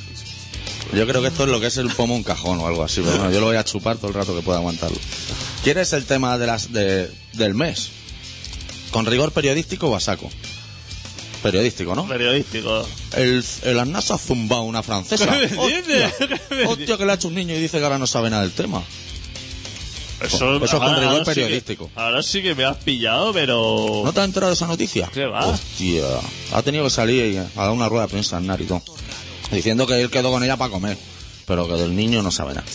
Speaker 1: Yo creo que esto es lo que es el pomo un cajón o algo así, pero bueno, yo lo voy a chupar todo el rato que pueda aguantarlo. ¿Quieres el tema de las de- del mes? ¿Con rigor periodístico o a saco? Periodístico, ¿no?
Speaker 2: Periodístico.
Speaker 1: El, el Arnasa ha zumbado una francesa.
Speaker 2: ¿Qué me
Speaker 1: Hostia,
Speaker 2: dices? ¿Qué me
Speaker 1: Hostia, que le ha hecho un niño y dice que ahora no sabe nada del tema. Eso es con rigor
Speaker 2: sí que-
Speaker 1: periodístico.
Speaker 2: ahora sí que me has pillado, pero.
Speaker 1: ¿No te has enterado de esa noticia?
Speaker 2: ¿Qué va?
Speaker 1: Hostia. Ha tenido que salir a dar una rueda de prensa al Narito. Diciendo que él quedó con ella para comer. Pero que del niño no sabe nada.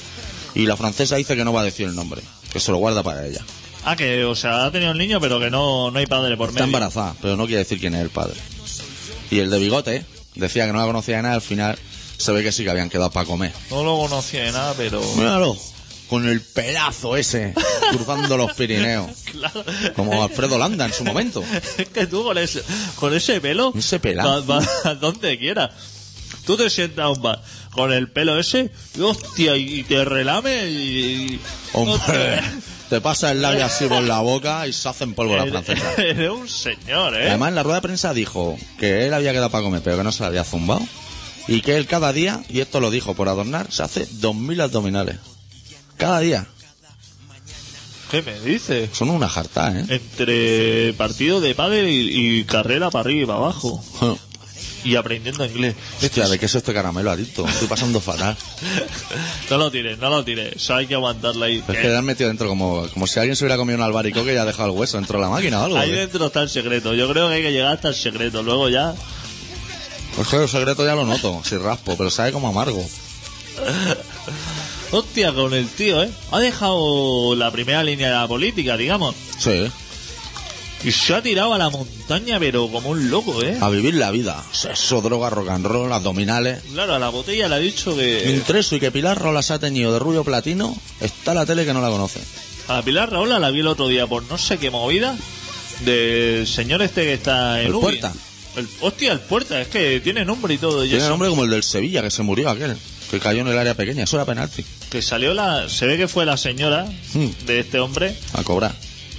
Speaker 1: Y la francesa dice que no va a decir el nombre. Que se lo guarda para ella.
Speaker 2: Ah, que, o sea, ha tenido un niño, pero que no, no hay padre por
Speaker 1: Está
Speaker 2: medio.
Speaker 1: embarazada, pero no quiere decir quién es el padre. Y el de bigote decía que no la conocía de nada. Al final se ve que sí que habían quedado para comer.
Speaker 2: No lo conocía de nada, pero.
Speaker 1: Míralo. Con el pedazo ese. cruzando los Pirineos.
Speaker 2: Claro.
Speaker 1: Como Alfredo Landa en su momento.
Speaker 2: Es que tú con ese, con ese pelo.
Speaker 1: Ese pelazo.
Speaker 2: va- va a donde quiera. Tú te sientas a un bar con el pelo ese, y hostia, y te relame y.
Speaker 1: Hombre.
Speaker 2: hostia,
Speaker 1: Te pasa el labio así por la boca y se hacen polvo la francesa.
Speaker 2: eres- Eres un señor, ¿eh?
Speaker 1: Además, en la rueda de prensa dijo que él había quedado para comer, pero que no se la había zumbado. Y que él cada día, y esto lo dijo por adornar, se hace 2.000 abdominales. Cada día.
Speaker 2: ¿Qué me dices?
Speaker 1: Son una jarta, ¿eh?
Speaker 2: Entre partido de pádel y, y carrera para arriba y para abajo. Y aprendiendo inglés.
Speaker 1: Hostia, ¿de qué es este caramelo, adicto? Estoy pasando fatal.
Speaker 2: No lo tires, no lo tires. Eso hay que aguantarla ahí.
Speaker 1: Pero es que le han metido dentro como, como si alguien se hubiera comido un albaricoque y ha dejado el hueso dentro de la máquina o algo.
Speaker 2: Ahí
Speaker 1: ¿eh?
Speaker 2: dentro está el secreto. Yo creo que hay que llegar hasta el secreto. Luego ya.
Speaker 1: Pues claro, el secreto ya lo noto, si raspo, pero sabe como amargo.
Speaker 2: Hostia, con el tío, ¿eh? Ha dejado la primera línea de la política, digamos.
Speaker 1: Sí. ¿eh?
Speaker 2: Y se ha tirado a la montaña, pero como un loco, ¿eh?
Speaker 1: A vivir la vida. Sexo, droga, rock and roll, abdominales.
Speaker 2: Claro, a la botella le ha dicho que.
Speaker 1: Intreso y que Pilar Rolas ha teñido de rubio platino, está la tele que no la conoce.
Speaker 2: A Pilar Raola la vi el otro día por no sé qué movida. Del señor este que está en
Speaker 1: El
Speaker 2: Ubi.
Speaker 1: Puerta.
Speaker 2: El- hostia, el puerta, es que tiene nombre y todo. Y
Speaker 1: Tiene
Speaker 2: eso.
Speaker 1: nombre como el del Sevilla, que se murió aquel, que cayó en el área pequeña. Eso era penalti,
Speaker 2: Que salió la. Se ve que fue la señora
Speaker 1: Mm.
Speaker 2: de este hombre
Speaker 1: a cobrar.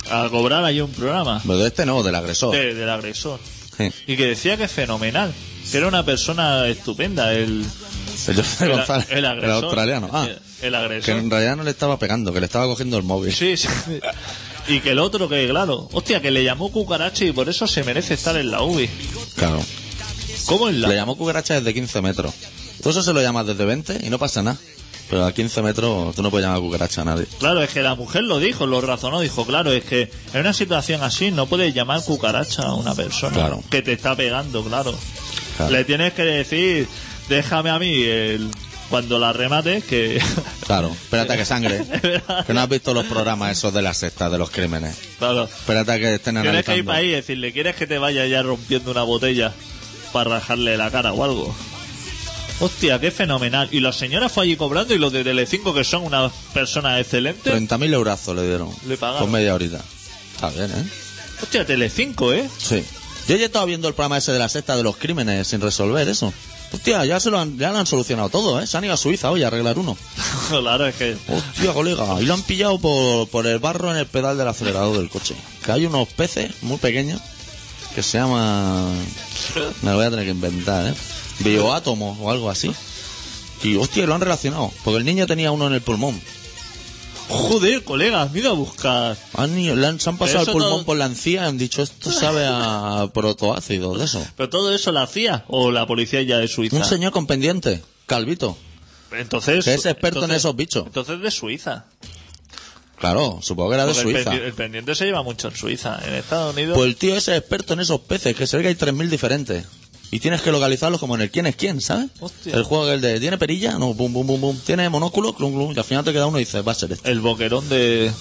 Speaker 2: a cobrar ahí un programa
Speaker 1: Pero de este no, del agresor.
Speaker 2: de- del agresor.
Speaker 1: Sí.
Speaker 2: Y que decía que es fenomenal. Que era una persona estupenda. El,
Speaker 1: El Jorge
Speaker 2: el-
Speaker 1: González,
Speaker 2: el agresor.
Speaker 1: australiano. Ah,
Speaker 2: El, el
Speaker 1: que en
Speaker 2: agresor.
Speaker 1: realidad no le estaba pegando, que le estaba cogiendo el móvil.
Speaker 2: Sí, sí. Y que el otro, que claro. Hostia, que le llamó cucaracha y por eso se merece estar en la UBI.
Speaker 1: Claro.
Speaker 2: ¿Cómo en la
Speaker 1: Le llamó cucaracha desde 15 metros. Tú eso se lo llamas desde 20 y no pasa nada. Pero a 15 metros tú no puedes llamar cucaracha a nadie.
Speaker 2: Claro, es que la mujer lo dijo, lo razonó, dijo, claro, es que en una situación así no puedes llamar cucaracha a una persona
Speaker 1: Claro.
Speaker 2: que te está pegando, claro.
Speaker 1: Claro.
Speaker 2: Le tienes que decir, déjame a mí el, cuando la remates, que.
Speaker 1: Claro, espérate a que sangre. que no has visto los programas esos de la secta, de los crímenes.
Speaker 2: claro.
Speaker 1: Espérate a que estén
Speaker 2: Tienes que ir
Speaker 1: analizando.
Speaker 2: para ahí y decirle, ¿quieres que te vaya ya rompiendo una botella para rajarle la cara o algo? Hostia, qué fenomenal. Y la señora fue allí cobrando y los de Telecinco, que son unas personas excelentes.
Speaker 1: 30.000 eurazos le dieron.
Speaker 2: Le pagaron.
Speaker 1: Con media horita. Está bien, ¿eh?
Speaker 2: Hostia, Telecinco, ¿eh?
Speaker 1: Sí. Yo ya estaba viendo el programa ese de la secta de los crímenes sin resolver eso. Hostia, ya se lo han, ya lo han solucionado todo, ¿eh? Se han ido a Suiza hoy a arreglar uno.
Speaker 2: claro, es que...
Speaker 1: Hostia, colega. Y lo han pillado por, por el barro en el pedal del acelerador del coche. Que hay unos peces muy pequeños que se llaman... Me lo voy a tener que inventar, ¿eh? Bioátomos o algo así. Y hostia, lo han relacionado. Porque el niño tenía uno en el pulmón.
Speaker 2: Joder, colegas, mira a buscar.
Speaker 1: Han, ido- le han- se han pasado el
Speaker 2: eso
Speaker 1: pulmón
Speaker 2: no-
Speaker 1: por la encía y han dicho, esto sabe a protoácidos de eso.
Speaker 2: Pero todo eso la hacía o la policía ya de Suiza.
Speaker 1: Un señor con pendiente, calvito.
Speaker 2: Entonces...
Speaker 1: que es experto en
Speaker 2: entonces-
Speaker 1: esos bichos.
Speaker 2: Entonces de Suiza.
Speaker 1: Claro, supongo que era de
Speaker 2: Porque el
Speaker 1: Suiza.
Speaker 2: pendi- El pendiente se lleva mucho en Suiza. En Estados Unidos...
Speaker 1: Pues el tío ese es experto en esos peces, que se ve que hay 3.000 diferentes. Y tienes que localizarlos como en el quién es quién, ¿sabes?
Speaker 2: Hostia.
Speaker 1: El juego que el de, ¿tiene perilla? No, bum, bum, bum, bum. ¿Tiene monóculo? Clum, clum. Y al final te queda uno y dices, va a ser este.
Speaker 2: El boquerón de...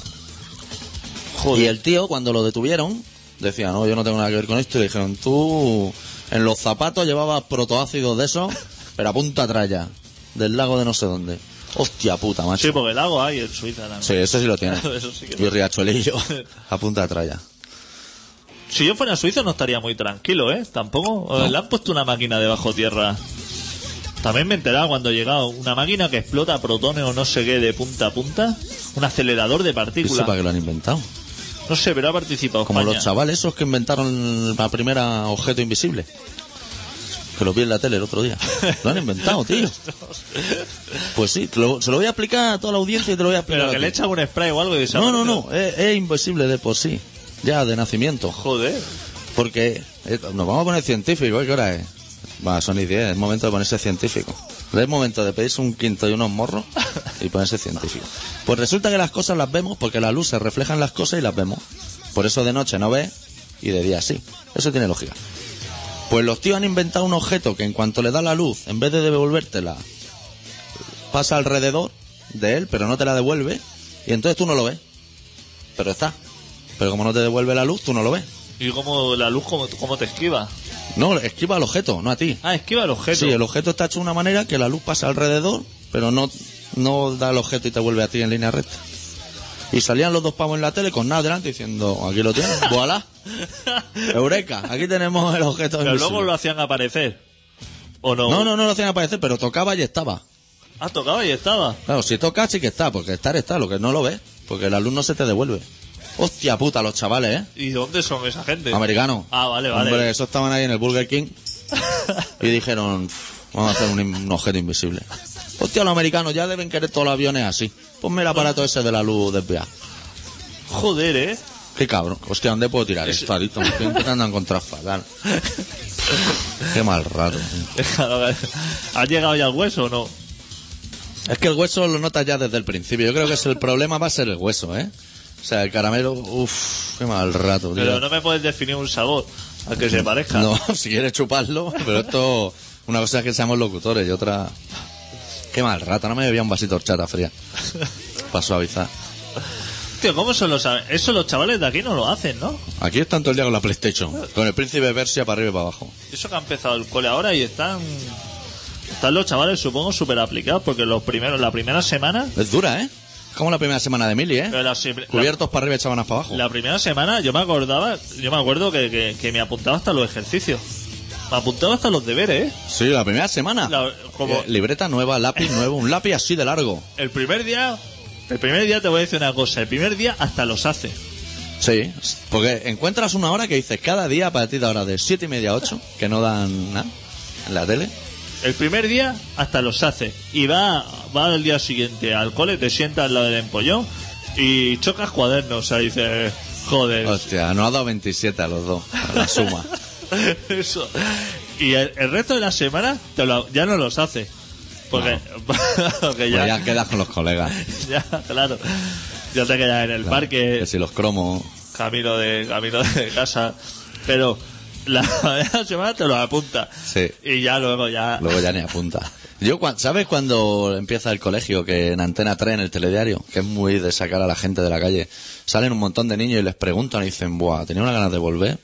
Speaker 2: Joder.
Speaker 1: Y el tío, cuando lo detuvieron, decía, no, yo no tengo nada que ver con esto. Y le dijeron, tú en los zapatos llevabas protoácidos de esos, pero a punta tralla, del lago de no sé dónde. Hostia puta, macho.
Speaker 2: Sí, porque el lago hay en Suiza también.
Speaker 1: Sí, eso sí lo tiene.
Speaker 2: Eso sí que
Speaker 1: y Riachuelillo, a punta tralla.
Speaker 2: Si yo fuera suizo no estaría muy tranquilo, ¿eh? Tampoco. Eh, Le han puesto una máquina de bajo tierra. También me he enterado cuando he llegado. Una máquina que explota protones o no sé qué de punta a punta. Un acelerador de
Speaker 1: Y sepa
Speaker 2: partículas.
Speaker 1: que lo han inventado.
Speaker 2: No sé, pero ha participado
Speaker 1: Como
Speaker 2: España.
Speaker 1: los chavales esos que inventaron la primera objeto invisible. Que lo vi en la tele el otro día. Lo han inventado, tío. Pues sí, te lo- se lo voy a aplicar a toda la audiencia y te lo voy a explicar.
Speaker 2: Pero que
Speaker 1: a
Speaker 2: le
Speaker 1: ti.
Speaker 2: echan un spray o algo y se
Speaker 1: No, no, no. Es, es invisible de por sí. Ya de nacimiento.
Speaker 2: Joder.
Speaker 1: Porque eh, nos vamos a poner científicos. ¿eh? ¿Qué hora es? Va, son y 10. Es momento de ponerse científico. Es momento de pedirse un quinto y unos morros y ponerse científico. Pues resulta que las cosas las vemos porque la luz se refleja en las cosas y las vemos. Por eso de noche no ves y de día sí. Eso tiene lógica. Pues los tíos han inventado un objeto que en cuanto le da la luz, en vez de devolvértela, pasa alrededor de él, pero no te la devuelve. Y entonces tú no lo ves. Pero está. Pero como no te devuelve la luz, tú no lo ves.
Speaker 2: Y como la luz, como, como te esquiva.
Speaker 1: No, esquiva al objeto, no a ti.
Speaker 2: Ah, esquiva el objeto.
Speaker 1: Sí, el objeto está hecho de una manera que la luz pasa alrededor, pero no, no da el objeto y te vuelve a ti en línea recta. Y salían los dos pavos en la tele con nada delante diciendo, aquí lo tienes, voilà, eureka, aquí tenemos el objeto.
Speaker 2: Pero
Speaker 1: invisible".
Speaker 2: luego lo hacían aparecer. ¿O no?
Speaker 1: No, no, no lo hacían aparecer, pero tocaba y estaba.
Speaker 2: Ah, tocaba y estaba.
Speaker 1: Claro, si toca sí que está, porque estar está, lo que no lo ves, porque la luz no se te devuelve. Hostia puta, los chavales, ¿eh?
Speaker 2: ¿Y dónde son esa gente?
Speaker 1: Americanos.
Speaker 2: Ah, vale, vale.
Speaker 1: Hombre, esos estaban ahí en el Burger King y dijeron, "Pff, vamos a hacer un, in- un objeto invisible. Hostia, los americanos ya deben querer todos los aviones así. Ponme el aparato ese de la luz desviada.
Speaker 2: Joder, ¿eh?
Speaker 1: Qué cabrón. Hostia, ¿dónde puedo tirar esto, Arito? Me estoy intentando encontrar fatal. Qué mal raro.
Speaker 2: ¿Has llegado ya al hueso o no?
Speaker 1: Es que el hueso lo notas ya desde el principio. Yo creo que es el problema va a ser el hueso, ¿eh? O sea, el caramelo, uff, qué mal rato. tío.
Speaker 2: Pero no me puedes definir un sabor al que se parezca.
Speaker 1: No, si quieres chuparlo, pero esto, una cosa es que seamos locutores y otra... Qué mal rata, no me bebía un vasito de horchata fría. Para suavizar.
Speaker 2: Tío, ¿cómo se lo saben? Eso los chavales de aquí no lo hacen, ¿no?
Speaker 1: Aquí están todo el día con la PlayStation, con el príncipe Persia para arriba y para abajo.
Speaker 2: Eso que ha empezado el cole ahora y están... Están los chavales, supongo, súper aplicados porque los primeros, la primera semana...
Speaker 1: Es dura, ¿eh? Es como la primera semana de Mili, ¿eh?
Speaker 2: pero La, se- la-
Speaker 1: Cubiertos para arriba y chavanas para abajo.
Speaker 2: la primera semana yo me acordaba, yo me acuerdo que, que- que me apuntaba hasta los ejercicios. Me apuntaba hasta los deberes, ¿eh?
Speaker 1: Sí, la primera semana.
Speaker 2: La- como-
Speaker 1: Eh, libreta nueva, lápiz nuevo, un lápiz así de largo.
Speaker 2: El primer día... El primer día te voy a decir una cosa. El primer día hasta los hace.
Speaker 1: Sí, porque encuentras una hora que dices cada día a partir de ahora de siete y media a 8, que no dan nada en la tele.
Speaker 2: El primer día hasta los hace y va, va al día siguiente al cole, te sientas al lado del empollón y chocas cuadernos, o sea, dices, joder,
Speaker 1: Hostia, nos ha dado 27 a los dos, a la suma.
Speaker 2: eso. Y el, el resto de la semana te lo- ya no los hace. Porque, porque
Speaker 1: Pues
Speaker 2: ya,
Speaker 1: ya quedas con los colegas.
Speaker 2: ya, claro, ya te quedas en el
Speaker 1: Claro,
Speaker 2: parque,
Speaker 1: Que si los cromos.
Speaker 2: camino de camino de casa. Pero la primera semana te los apunta.
Speaker 1: Sí.
Speaker 2: Y ya luego ya.
Speaker 1: Luego ya ni apunta. Yo, cua- ¿sabes cuando empieza el colegio? Que en Antena 3, en el telediario, que es muy de sacar a la gente de la calle, salen un montón de niños y les preguntan y dicen, buah, tenía una ganas de volver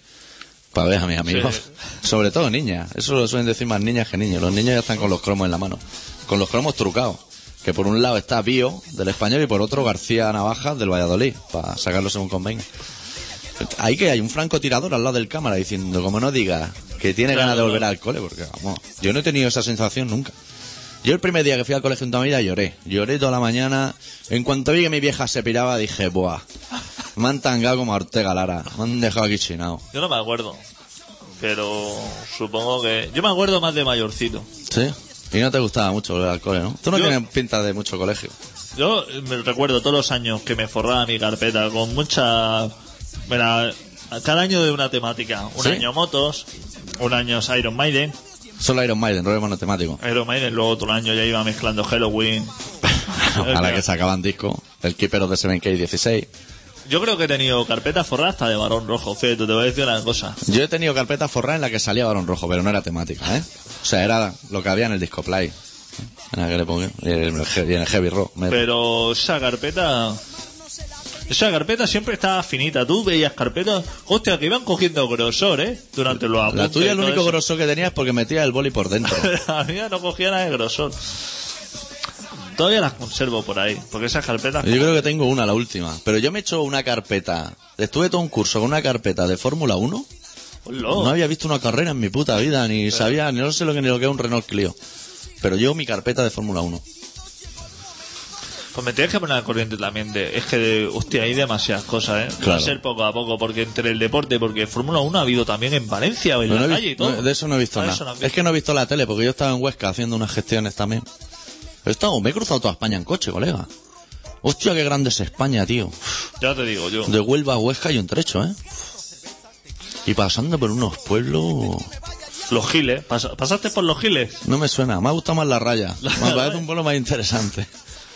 Speaker 1: para ver a mis amigos. Sobre todo niñas. Eso lo suelen decir más niñas que niños. Los niños ya están con los cromos en la mano. Con los cromos trucados. Que por un lado está Bio, del español, y por otro García Navajas, del Valladolid, para sacarlo según convenga. Ahí que hay un francotirador al lado del cámara diciendo, como no diga, que tiene
Speaker 2: Claro,
Speaker 1: ganas de
Speaker 2: claro.
Speaker 1: volver al cole, porque vamos, yo no he tenido esa sensación nunca. Yo el primer día que fui al colegio en Tamira lloré, lloré toda la mañana. En cuanto vi que mi vieja se piraba dije, buah, me han tangado como a Ortega Lara, me han dejado aquí chinado.
Speaker 2: Yo no me acuerdo. Pero supongo que. Yo me acuerdo más de mayorcito.
Speaker 1: ¿Sí? Y no te gustaba mucho volver al cole, ¿no? Tú no
Speaker 2: Yo-
Speaker 1: tienes pinta de mucho colegio.
Speaker 2: Yo me recuerdo todos los años que me forraba mi carpeta con mucha. Mira, cada año de una temática. Un
Speaker 1: ¿Sí?
Speaker 2: año motos, un año es Iron Maiden,
Speaker 1: Solo Iron Maiden, rollo monotemático.
Speaker 2: Iron Maiden, luego otro año ya iba mezclando Halloween.
Speaker 1: Ahora que sacaban disco, el Keeper de 7K 16.
Speaker 2: Yo creo que he tenido carpetas forradas hasta de varón rojo, Feto, te voy a decir una cosa.
Speaker 1: Yo he tenido carpeta forrada en la que salía Barón Rojo, pero no era temática, ¿eh? O sea, era lo que había en el disco play. En aquel época, y en el, he- y en el heavy rock. metal.
Speaker 2: Pero esa carpeta. Esa carpeta siempre estaba finita. Tú veías carpetas. Hostia, que iban cogiendo grosor, ¿eh? Durante los apuntes.
Speaker 1: la tuya, el
Speaker 2: y todo
Speaker 1: único
Speaker 2: eso.
Speaker 1: grosor que tenías es porque metía el boli por dentro.
Speaker 2: La mía no cogía nada de grosor. Todavía las conservo por ahí. Porque esas carpetas.
Speaker 1: Yo creo que tengo una, la última. Pero yo me he hecho una carpeta. Estuve todo un curso con una carpeta de Fórmula 1.
Speaker 2: Hola.
Speaker 1: No había visto una carrera en mi puta vida, ni sabía, ni no sé lo que, ni lo que es un Renault Clio. Pero yo mi carpeta de Fórmula 1.
Speaker 2: Pues me tienes que poner al corriente también de... Es que, de- hostia, hay demasiadas cosas, ¿eh? Va a
Speaker 1: Claro.
Speaker 2: ser poco a poco, porque entre el deporte, porque Fórmula 1 ha habido también en Valencia, en
Speaker 1: Pero
Speaker 2: la
Speaker 1: no he
Speaker 2: calle y
Speaker 1: visto-
Speaker 2: todo.
Speaker 1: no, de eso no he visto
Speaker 2: Ah,
Speaker 1: nada.
Speaker 2: eso no has
Speaker 1: es
Speaker 2: visto.
Speaker 1: que no he visto la tele porque yo estaba en Huesca haciendo unas gestiones también. He estado, me he cruzado toda España en coche, colega. Hostia, qué grande es España, tío.
Speaker 2: Ya te digo yo.
Speaker 1: De Huelva a Huesca hay un trecho, ¿eh? Y pasando por unos pueblos...
Speaker 2: Los giles. Pas- ¿Pasaste por los giles?
Speaker 1: No me suena, me ha gustado más la raya. Me parece un pueblo más interesante.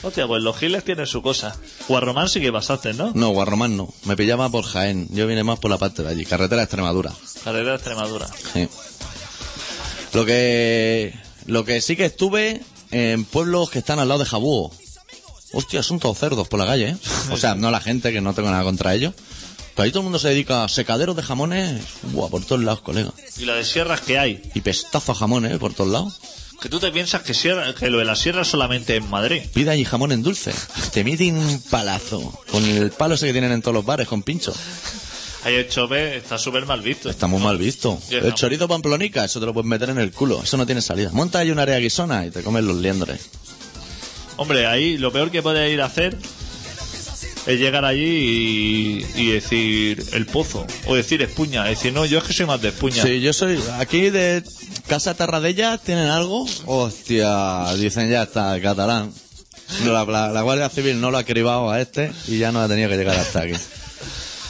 Speaker 2: Hostia, pues los giles tienen su cosa. Guarromán sí que pasaste, ¿no?
Speaker 1: No, Guarromán no. Me pillaba por Jaén. Yo vine más por la parte de allí, carretera de Extremadura.
Speaker 2: Carrera de Extremadura.
Speaker 1: Sí. Lo que lo que sí que estuve en pueblos que están al lado de Jabúo. Hostia, son todos cerdos por la calle, ¿eh? O sea, no la gente, que no tengo nada contra ellos. Pero ahí todo el mundo se dedica a secaderos de jamones, buah, por todos lados, colega.
Speaker 2: Y la de sierras que hay.
Speaker 1: Y pestazo a jamones, ¿eh? por todos lados.
Speaker 2: Que tú te piensas que, sierra- que lo de la sierra solamente en Madrid.
Speaker 1: Pida y jamón en dulce. Te meten un palazo. Con el palo ese que tienen en todos los bares, con pincho.
Speaker 2: Ahí el chope está súper mal visto.
Speaker 1: Está muy mal visto.
Speaker 2: Y el
Speaker 1: El
Speaker 2: jamón.
Speaker 1: chorizo pamplonica, eso te lo puedes meter en el culo. Eso no tiene salida. Monta ahí una área guisona y te comes los liendres.
Speaker 2: Hombre, ahí lo peor que puedes ir a hacer es llegar allí y, y decir el pozo. O decir espuña. Decir, no, yo es que soy más de espuña.
Speaker 1: Sí, yo soy. Aquí de Casa Tarradella tienen algo. Hostia, dicen ya está el catalán. No, La, la- la Guardia Civil no lo ha cribado a este y ya no ha tenido que llegar hasta aquí.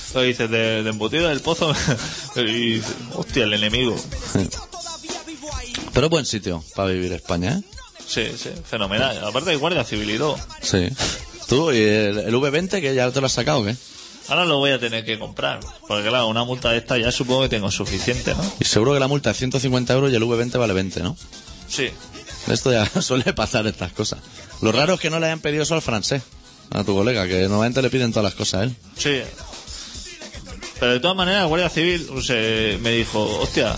Speaker 2: Entonces dices, de, de embutido del pozo. y dices, hostia, el enemigo.
Speaker 1: Pero buen sitio para vivir España, ¿eh?
Speaker 2: Sí, sí, fenomenal. Aparte hay guardia civil y todo.
Speaker 1: Sí. ¿Tú y el, el V20 que ya te lo has sacado o qué?
Speaker 2: Ahora lo voy a tener que comprar. Porque claro, una multa de esta ya supongo que tengo suficiente, ¿no?
Speaker 1: Y seguro que la multa es 150 euros y el V20 vale 20, ¿no?
Speaker 2: Sí.
Speaker 1: Esto ya suele pasar estas cosas. Lo raro es que no le hayan pedido eso al francés, a tu colega, que normalmente le piden todas las cosas a él.
Speaker 2: Sí. Pero de todas maneras, la Guardia Civil o sea, me dijo, hostia,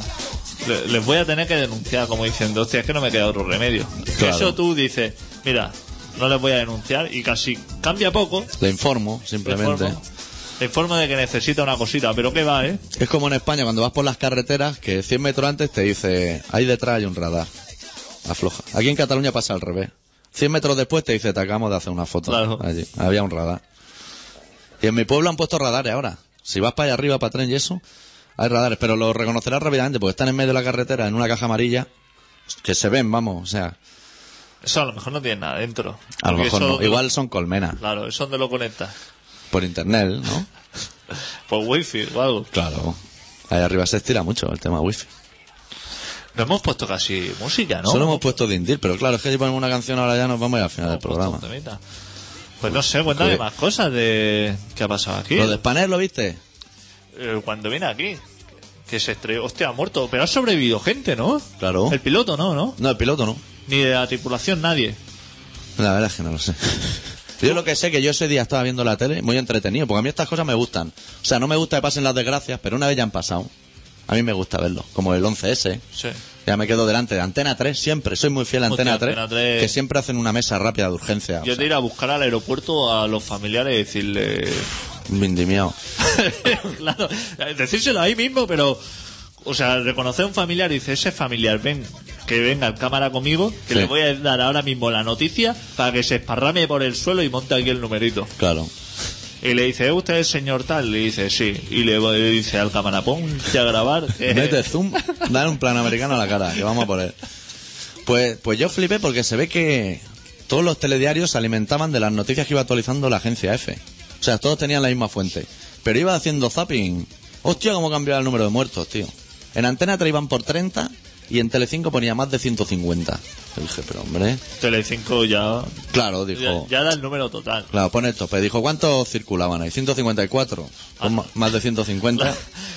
Speaker 2: le- les voy a tener que denunciar, como diciendo, hostia, es que no me queda otro remedio.
Speaker 1: Claro.
Speaker 2: Eso tú dices, mira, no les voy a denunciar y casi cambia poco.
Speaker 1: Le informo,
Speaker 2: Te
Speaker 1: simplemente.
Speaker 2: informo, te informo de que necesita una cosita, pero que va, ¿eh?
Speaker 1: Es como en España, cuando vas por las carreteras, que 100 metros antes te dice, ahí detrás hay un radar. Afloja. Aquí en Cataluña pasa al revés. 100 metros después te dice, te acabamos de hacer una foto.
Speaker 2: Claro.
Speaker 1: Allí. Había un radar. Y en mi pueblo han puesto radares ahora. Si vas para allá arriba, para tren y eso, hay radares. Pero los reconocerás rápidamente porque están en medio de la carretera, en una caja amarilla, que se ven, vamos. O sea,
Speaker 2: Eso a lo mejor no tiene nada dentro.
Speaker 1: a lo
Speaker 2: Porque
Speaker 1: mejor
Speaker 2: eso-
Speaker 1: no. Igual son colmenas.
Speaker 2: Claro, eso donde lo conectas.
Speaker 1: Por internet, ¿no?
Speaker 2: Por wifi o algo.
Speaker 1: Claro. Ahí arriba se estira mucho el tema wifi.
Speaker 2: No hemos puesto casi música, ¿no?
Speaker 1: Solo hemos puesto Dindir, pero claro, es que si ponemos una canción ahora ya nos vamos a ir al final del
Speaker 2: Hemos puesto
Speaker 1: programa.
Speaker 2: un temita. Pues no sé, cuéntame
Speaker 1: Joder.
Speaker 2: más cosas de qué ha pasado aquí.
Speaker 1: Lo de Spanair lo viste.
Speaker 2: Eh, cuando vine aquí. que se estrelló. Hostia, ha muerto. Pero ha sobrevivido gente, ¿no?
Speaker 1: Claro.
Speaker 2: El piloto no, ¿no?
Speaker 1: No, el piloto no.
Speaker 2: Ni de la tripulación nadie.
Speaker 1: La verdad es que no lo sé. Yo lo que sé que yo ese día estaba viendo la tele muy entretenido, porque a mí estas cosas me gustan. O sea, no me gusta que pasen las desgracias, pero una vez ya han pasado, a mí me gusta verlo. Como el 11S.
Speaker 2: Sí.
Speaker 1: Ya me quedo delante de Antena 3 siempre. Soy muy fiel a Antena,
Speaker 2: Hostia,
Speaker 1: 3,
Speaker 2: Antena 3.
Speaker 1: que siempre hacen una mesa rápida de urgencia. o
Speaker 2: Yo te
Speaker 1: sea,
Speaker 2: iré a buscar al aeropuerto a los familiares y decirle.
Speaker 1: Vendimiao.
Speaker 2: claro, decírselo ahí mismo, pero. O sea, reconocer a un familiar y dice: Ese familiar, ven, que venga en cámara conmigo, que
Speaker 1: Sí.
Speaker 2: le voy a dar ahora mismo la noticia para que se esparrame por el suelo y monte aquí el numerito.
Speaker 1: Claro.
Speaker 2: Y le dice: "¿Es ¿Usted es el señor tal? Le dice: Sí. Y le, le dice al cámara: Ponte a grabar. eh,
Speaker 1: Mete zoom, dale un plan americano a la cara, que vamos a por él. Pues, pues yo flipé porque se ve que todos los telediarios se alimentaban de las noticias que iba actualizando la agencia F. O sea, todos tenían la misma fuente. Pero iba haciendo zapping. Hostia, cómo cambiaba el número de muertos, tío. En Antena 3 iban por 30 y en Telecinco ponía más de 150. Yo dije, pero hombre...
Speaker 2: Telecinco ya,
Speaker 1: Claro,
Speaker 2: ya.
Speaker 1: dijo...
Speaker 2: Ya da el número total.
Speaker 1: Claro, pone esto. Pero dijo, ¿cuántos circulaban ahí? 154.
Speaker 2: Ah.
Speaker 1: Pues ma- Más de 150.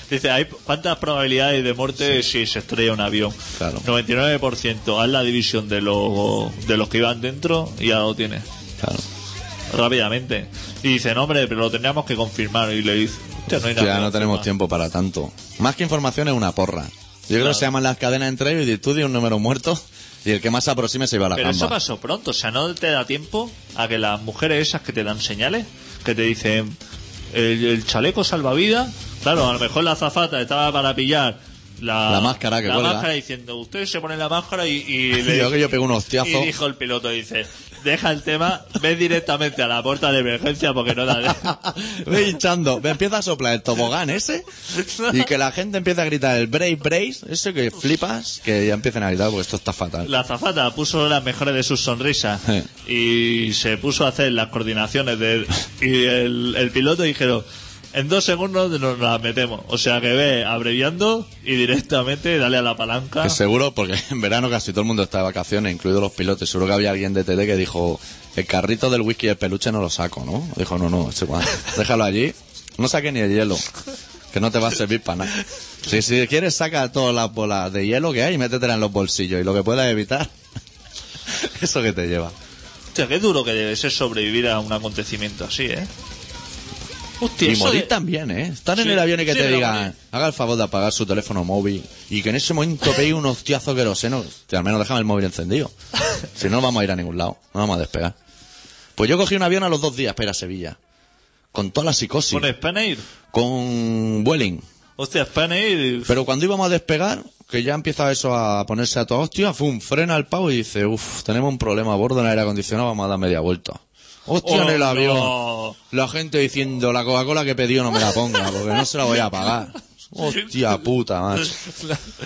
Speaker 2: Dice, ¿hay ¿cuántas probabilidades de muerte si se estrella un avión?
Speaker 1: Claro.
Speaker 2: 99%. Haz la división de los, de los que iban dentro y ya lo tienes.
Speaker 1: Claro.
Speaker 2: Rápidamente. Y dice, no, hombre, pero lo teníamos que confirmar. Y le dice, "Hostia, no hay nada
Speaker 1: Ya
Speaker 2: que
Speaker 1: no tenemos
Speaker 2: confirmar".
Speaker 1: tiempo para tanto. Más que información es una porra. Yo creo que se llaman las cadenas entre ellos y dices, tú di un número muerto y el que más se aproxime se iba a la
Speaker 2: Pero eso
Speaker 1: gamba.
Speaker 2: pasó pronto. O sea, no te da tiempo a que las mujeres esas que te dan señales, que te dicen, el, el chaleco salvavidas. Claro, a lo mejor la azafata estaba para pillar. La,
Speaker 1: La máscara que
Speaker 2: la
Speaker 1: cuelga.
Speaker 2: máscara diciendo usted se pone la máscara y, y le
Speaker 1: Yo que yo pegué un
Speaker 2: Y
Speaker 1: hostiazo.
Speaker 2: dijo el piloto, dice, deja el tema, ve directamente a la puerta de emergencia porque no da...
Speaker 1: Ve hinchando, ve, empieza a soplar el tobogán ese y que la gente empieza a gritar el brace, brace, eso que flipas, que ya empiecen a gritar porque esto está fatal.
Speaker 2: La zafata puso las mejores de sus sonrisas y se puso a hacer las coordinaciones de... Y el, el piloto dijeron, en dos segundos nos las metemos. O sea que ve abreviando y directamente dale a la palanca.
Speaker 1: Que seguro, porque en verano casi todo el mundo está de vacaciones, incluidos los pilotos. Seguro que había alguien de TD que dijo, el carrito del whisky y el peluche no lo saco, ¿no? Dijo, no, no, este, bueno, déjalo allí. No saque ni el hielo, que no te va a servir para nada. Si, si quieres, saca todas las bolas de hielo que hay y métetela en los bolsillos. Y lo que puedas evitar, eso que te lleva.
Speaker 2: Hostia, qué duro que debe ser sobrevivir a un acontecimiento así, ¿eh? Hostia,
Speaker 1: Y
Speaker 2: eso
Speaker 1: morir
Speaker 2: de-
Speaker 1: también, ¿eh? Estar en
Speaker 2: Sí,
Speaker 1: el avión y que
Speaker 2: sí,
Speaker 1: te
Speaker 2: pero
Speaker 1: digan,
Speaker 2: morir.
Speaker 1: haga el favor de apagar su teléfono móvil y que en ese momento pegue un hostiazo queroseno. Hostia, al menos déjame el móvil encendido. Si no, no vamos a ir a ningún lado. No vamos a despegar. Pues yo cogí un avión a los dos días para ir a Sevilla. Con toda la psicosis.
Speaker 2: Con Spanair.
Speaker 1: Con Vueling.
Speaker 2: Hostia, Spanair...
Speaker 1: Pero cuando íbamos a despegar, que ya empieza eso a ponerse a toda hostia, fum, frena el pavo y dice, uff, tenemos un problema a bordo en el aire acondicionado, vamos a dar media vuelta. Hostia, en el
Speaker 2: Oh,
Speaker 1: avión.
Speaker 2: no.
Speaker 1: La gente diciendo, la Coca-Cola que he pedido no me la ponga, porque no se la voy a pagar. Hostia puta, macho.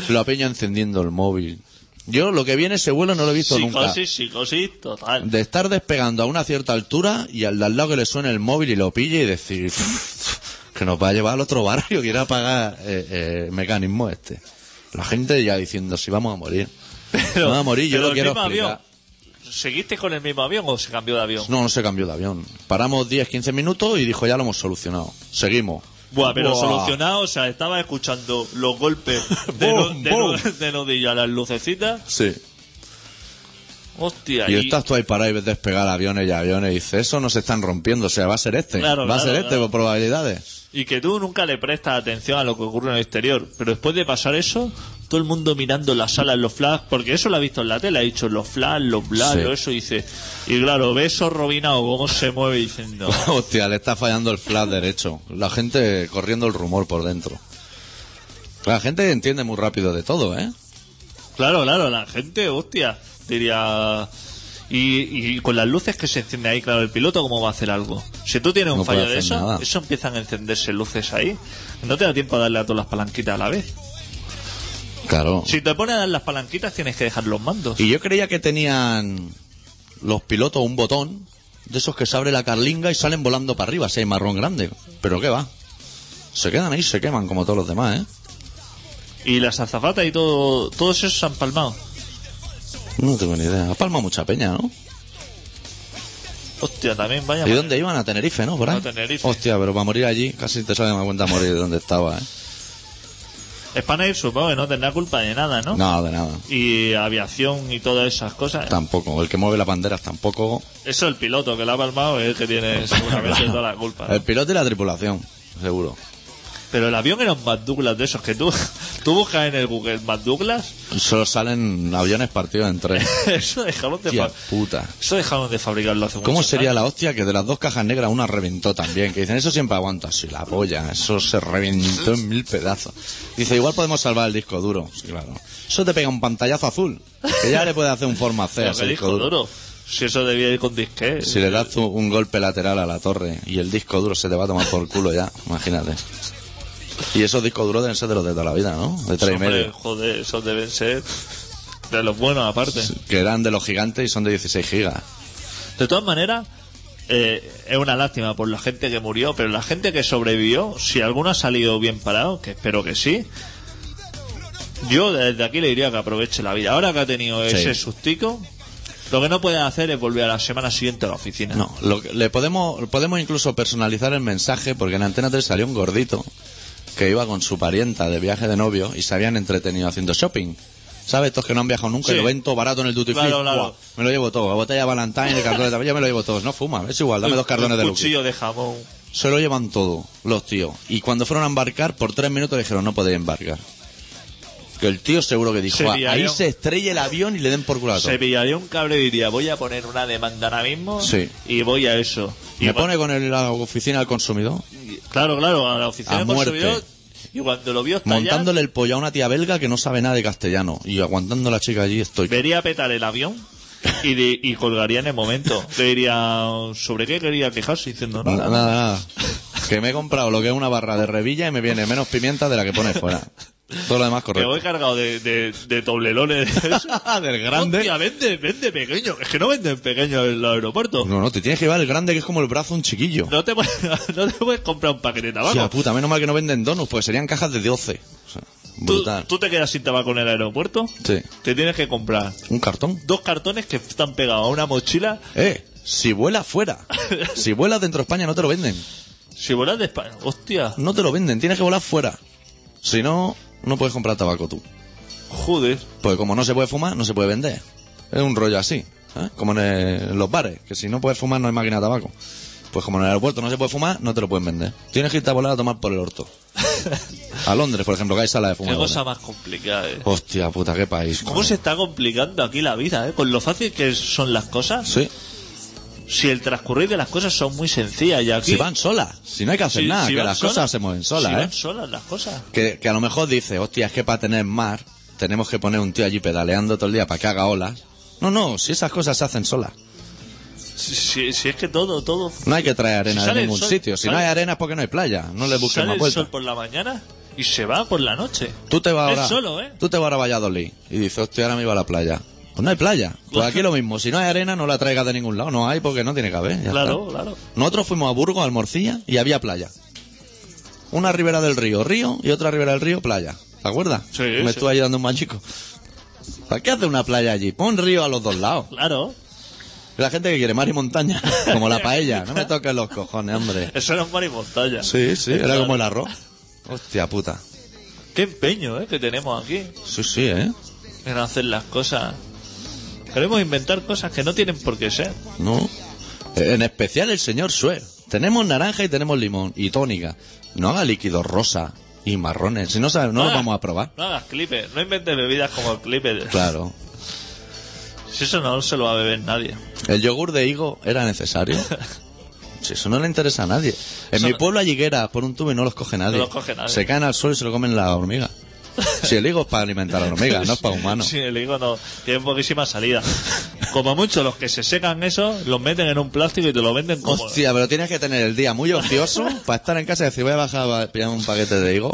Speaker 1: La peña encendiendo el móvil. Yo lo que viene ese vuelo no lo he visto nunca.
Speaker 2: Psicosis, psicosis, total.
Speaker 1: De estar despegando a una cierta altura y al de al lado que le suene el móvil y lo pille y decir que nos va a llevar al otro barrio que irá a pagar eh, eh, el mecanismo este. La gente ya diciendo si vamos a morir. vamos a morir, yo
Speaker 2: pero
Speaker 1: lo
Speaker 2: el
Speaker 1: quiero
Speaker 2: mismo
Speaker 1: explicar.
Speaker 2: avión, ¿Seguiste con el mismo avión o se cambió de avión?
Speaker 1: No, no se cambió de avión. Paramos 10, 15 minutos y dijo ya lo hemos solucionado. Seguimos.
Speaker 2: Buah, pero
Speaker 1: Buah.
Speaker 2: solucionado, o sea, estaba escuchando los golpes de, no-
Speaker 1: Bum,
Speaker 2: de no-
Speaker 1: bum.
Speaker 2: de nodillo a las lucecitas.
Speaker 1: Sí.
Speaker 2: Hostia,
Speaker 1: Y
Speaker 2: y-
Speaker 1: estás tú ahí para y ves despegar aviones y aviones y dices, eso nos están rompiendo, o sea, va a ser este.
Speaker 2: Claro,
Speaker 1: va a
Speaker 2: claro,
Speaker 1: ser este
Speaker 2: claro.
Speaker 1: por probabilidades.
Speaker 2: y que tú nunca le prestas atención a lo que ocurre en el exterior. Pero después de pasar eso, todo el mundo mirando las salas, los flash, porque eso lo ha visto en la tele, ha dicho los flash, los bla,
Speaker 1: Sí.
Speaker 2: lo eso, y dice, y claro, ves eso robinado, cómo se mueve y diciendo,
Speaker 1: Hostia, le está fallando el flash derecho. La gente corriendo el rumor por dentro. La gente entiende muy rápido de todo, ¿eh?
Speaker 2: Claro, claro, la gente, hostia, diría... Y, y con las luces que se encienden ahí, claro, el piloto, ¿cómo va a hacer algo? Si tú tienes un
Speaker 1: No puede
Speaker 2: fallo de
Speaker 1: hacer
Speaker 2: eso,
Speaker 1: nada.
Speaker 2: eso empiezan a encenderse luces ahí. No te da tiempo a darle a todas las palanquitas a la vez.
Speaker 1: Claro.
Speaker 2: Si te pones a dar las palanquitas, tienes que dejar los mandos.
Speaker 1: Y yo creía que tenían los pilotos un botón de esos que se abre la carlinga y salen volando para arriba, si hay marrón grande. Pero qué va. Se quedan ahí, se queman como todos los demás, ¿eh?
Speaker 2: Y las azafatas y todo, todos esos se han palmado.
Speaker 1: No tengo ni idea. Palma mucha peña, ¿no?
Speaker 2: Hostia, también vaya...
Speaker 1: ¿Y
Speaker 2: manera.
Speaker 1: dónde iban? A Tenerife, ¿no? Por ahí.
Speaker 2: A Tenerife.
Speaker 1: Hostia, pero para morir allí casi te sale más cuenta morir de dónde estaba, ¿eh?
Speaker 2: Spanair supongo que no tendrá culpa de nada, ¿no?
Speaker 1: No, de nada.
Speaker 2: Y aviación y todas esas cosas.
Speaker 1: Tampoco. El que mueve las banderas tampoco.
Speaker 2: Eso el piloto que la ha palmado es el que tiene seguramente
Speaker 1: Claro.
Speaker 2: toda la culpa. ¿no?
Speaker 1: El piloto y la tripulación, seguro.
Speaker 2: Pero el avión era un Mad Douglas de esos que tú, tú buscas en el Google Mad Douglas.
Speaker 1: Solo salen aviones partidos en tres.
Speaker 2: Eso dejaron de,
Speaker 1: Hostia
Speaker 2: fa-
Speaker 1: puta.
Speaker 2: eso dejaron de fabricarlo hace
Speaker 1: ¿Cómo
Speaker 2: muchos
Speaker 1: sería
Speaker 2: años.
Speaker 1: la hostia que de las dos cajas negras una reventó también? Que dicen, eso siempre aguanta. Si la polla, eso se reventó en mil pedazos. Dice, igual podemos salvar el disco duro. Sí, claro. Eso te pega un pantallazo azul. Que ya le puede hacer un forma C a
Speaker 2: Pero
Speaker 1: ese
Speaker 2: qué disco duro. Si eso debía ir con disque.
Speaker 1: Si le das un- un golpe lateral a la torre y el disco duro se te va a tomar por culo ya, imagínate. Y esos discos duros deben ser de los de toda la vida, ¿no? De tres y
Speaker 2: Hombre,
Speaker 1: medio.
Speaker 2: joder, esos deben ser de los buenos aparte.
Speaker 1: Que eran de los gigantes y son de 16 gigas.
Speaker 2: De todas maneras, eh, es una lástima por la gente que murió, pero la gente que sobrevivió, si alguno ha salido bien parado, que espero que sí, yo desde aquí le diría que aproveche la vida. Ahora que ha tenido
Speaker 1: Sí.
Speaker 2: ese sustico, lo que no puede hacer es volver a la semana siguiente a la oficina.
Speaker 1: No, lo que- le podemos, podemos incluso personalizar el mensaje porque en Antena 3 salió un gordito que iba con su parienta de viaje de novio y se habían entretenido haciendo shopping. ¿Sabes? Estos que no han viajado nunca y
Speaker 2: Sí.
Speaker 1: lo ven todo barato en el duty free.
Speaker 2: Claro, claro.
Speaker 1: Buah, Me lo llevo todo. La botella de Valentine, el cartón de tabaco, yo me lo llevo todo. No fuma, es igual, dame dos cartones de
Speaker 2: Un
Speaker 1: Lucky.
Speaker 2: cuchillo de jamón.
Speaker 1: Se lo llevan todo, los tíos. Y cuando fueron a embarcar, por tres minutos le dijeron, no podéis embarcar. Que el tío seguro que dijo,
Speaker 2: Se
Speaker 1: "Ah, ahí
Speaker 2: pillaron.
Speaker 1: se estrella el avión y le den por culo a todo".
Speaker 2: Se pillaría un cable y diría, voy a poner una demanda ahora mismo
Speaker 1: Sí.
Speaker 2: y voy a eso. Y
Speaker 1: Me
Speaker 2: cuando-
Speaker 1: pone con el- la oficina del consumidor,
Speaker 2: Claro, claro, a la
Speaker 1: A
Speaker 2: oficina del
Speaker 1: muerte.
Speaker 2: consumidor, Y cuando lo vio estallar,
Speaker 1: montándole el pollo a una tía belga que no sabe nada de castellano. Y aguantando a la chica allí estoy.
Speaker 2: vería petar el avión y, di- y colgaría en el momento. Le diría, ¿sobre qué quería quejarse? Diciendo
Speaker 1: Nada,
Speaker 2: nada.
Speaker 1: nada, nada. Que me he comprado lo que es una barra de revilla y me viene menos pimienta de la que pone fuera. Todo lo demás
Speaker 2: Que voy
Speaker 1: correcto.
Speaker 2: cargado de, de, de toblerones.
Speaker 1: Del grande.
Speaker 2: Hostia, vende, vende pequeño. Es que no venden pequeño en los aeropuertos.
Speaker 1: No, no, te tienes que llevar el grande que es como el brazo de un chiquillo.
Speaker 2: No te, puedes, no te puedes comprar un paquete de tabaco.
Speaker 1: Hostia puta, menos mal que no venden donuts, porque serían cajas de 12. O sea,
Speaker 2: tú,
Speaker 1: brutal.
Speaker 2: tú te quedas sin tabaco en el aeropuerto.
Speaker 1: Sí.
Speaker 2: Te tienes que comprar
Speaker 1: ¿Un cartón?
Speaker 2: dos cartones que están pegados a una mochila.
Speaker 1: Eh, si vuela fuera. Si vuelas dentro de España no te lo venden.
Speaker 2: Si volas de España. Hostia,
Speaker 1: No te lo venden, tienes que volar fuera. Si no, no puedes comprar tabaco tú.
Speaker 2: joder.
Speaker 1: Porque como no se puede fumar, no se puede vender. Es un rollo así. ¿eh? Como en, eh, en los bares, que si no puedes fumar no hay máquina de tabaco. Pues como en el aeropuerto no se puede fumar, no te lo pueden vender. Tienes que irte a volar a tomar por el orto. A Londres, por ejemplo, que hay sala de
Speaker 2: Qué
Speaker 1: fumadores.
Speaker 2: cosa más complicada, eh.
Speaker 1: Hostia puta, qué país.
Speaker 2: ¿Cómo
Speaker 1: madre.
Speaker 2: se está complicando aquí la vida, eh? Con lo fácil que son las cosas.
Speaker 1: Sí.
Speaker 2: Si el transcurrir de las cosas son muy sencillas y aquí...
Speaker 1: Si van solas, si no hay que hacer
Speaker 2: si-
Speaker 1: nada,
Speaker 2: si
Speaker 1: que
Speaker 2: van
Speaker 1: las
Speaker 2: solas-
Speaker 1: cosas se mueven solas,
Speaker 2: si
Speaker 1: ¿eh?
Speaker 2: van solas las cosas.
Speaker 1: Que, que a lo mejor dice, hostia, es que para tener mar tenemos que poner un tío allí pedaleando todo el día para que haga olas. No, no, si esas cosas se hacen solas.
Speaker 2: Si, si- si es que todo, todo...
Speaker 1: No hay que traer arena
Speaker 2: Si
Speaker 1: de
Speaker 2: sale el
Speaker 1: ningún
Speaker 2: sol,
Speaker 1: sitio. Si
Speaker 2: sale-
Speaker 1: no hay arena es porque no hay playa. No le busques
Speaker 2: Sale
Speaker 1: más
Speaker 2: el
Speaker 1: vueltas.
Speaker 2: sol por la mañana y se va por la noche.
Speaker 1: Tú te vas
Speaker 2: Él
Speaker 1: ahora,
Speaker 2: solo, ¿eh?
Speaker 1: tú te vas ahora a Valladolid y dices, hostia, ahora me iba a la playa. Pues no hay playa. Pues aquí lo mismo. Si no hay arena, no la traigas de ningún lado. No hay porque no tiene que haber. ya
Speaker 2: Claro,
Speaker 1: está.
Speaker 2: claro.
Speaker 1: Nosotros fuimos a Burgos, al Morcilla, y había playa. Una ribera del río, río, y otra ribera del río, playa. ¿Te acuerdas?
Speaker 2: Sí,
Speaker 1: Me
Speaker 2: sí.
Speaker 1: estuve ayudando un machico. ¿Para qué hace una playa allí? Pon río a los dos lados.
Speaker 2: Claro.
Speaker 1: La gente que quiere mar y montaña, como la paella. No me toques los cojones, hombre.
Speaker 2: Eso era un mar y montaña.
Speaker 1: Sí, sí, era
Speaker 2: Claro.
Speaker 1: como el arroz. Hostia puta.
Speaker 2: Qué empeño, ¿eh? Que tenemos aquí
Speaker 1: Sí, sí, ¿eh?
Speaker 2: en hacer las cosas. Queremos inventar cosas que no tienen por qué ser.
Speaker 1: No. En especial el señor Suez. Tenemos naranja y tenemos limón y tónica. No haga líquidos rosa y marrones. Si no sabes, no lo
Speaker 2: hagas-
Speaker 1: vamos a probar.
Speaker 2: No hagas clipes. No inventes bebidas como el clipe.
Speaker 1: Claro.
Speaker 2: Si eso no se lo va a beber nadie.
Speaker 1: El yogur de higo era necesario. Si eso no le interesa a nadie. En
Speaker 2: Eso
Speaker 1: mi
Speaker 2: no-
Speaker 1: pueblo hay higueras por un tubo y no los coge nadie.
Speaker 2: los coge nadie.
Speaker 1: Se caen al suelo y se lo comen las hormigas. Si el higo es para alimentar a hormigas, Ah, no es para humanos.
Speaker 2: Sí, el higo no. Tiene poquísima salida. Como mucho, los que se secan eso, los meten en un plástico y te lo venden como.
Speaker 1: Hostia, pero tienes que tener el día muy ocioso para estar en casa y decir, voy a bajar a pillar un paquete de higo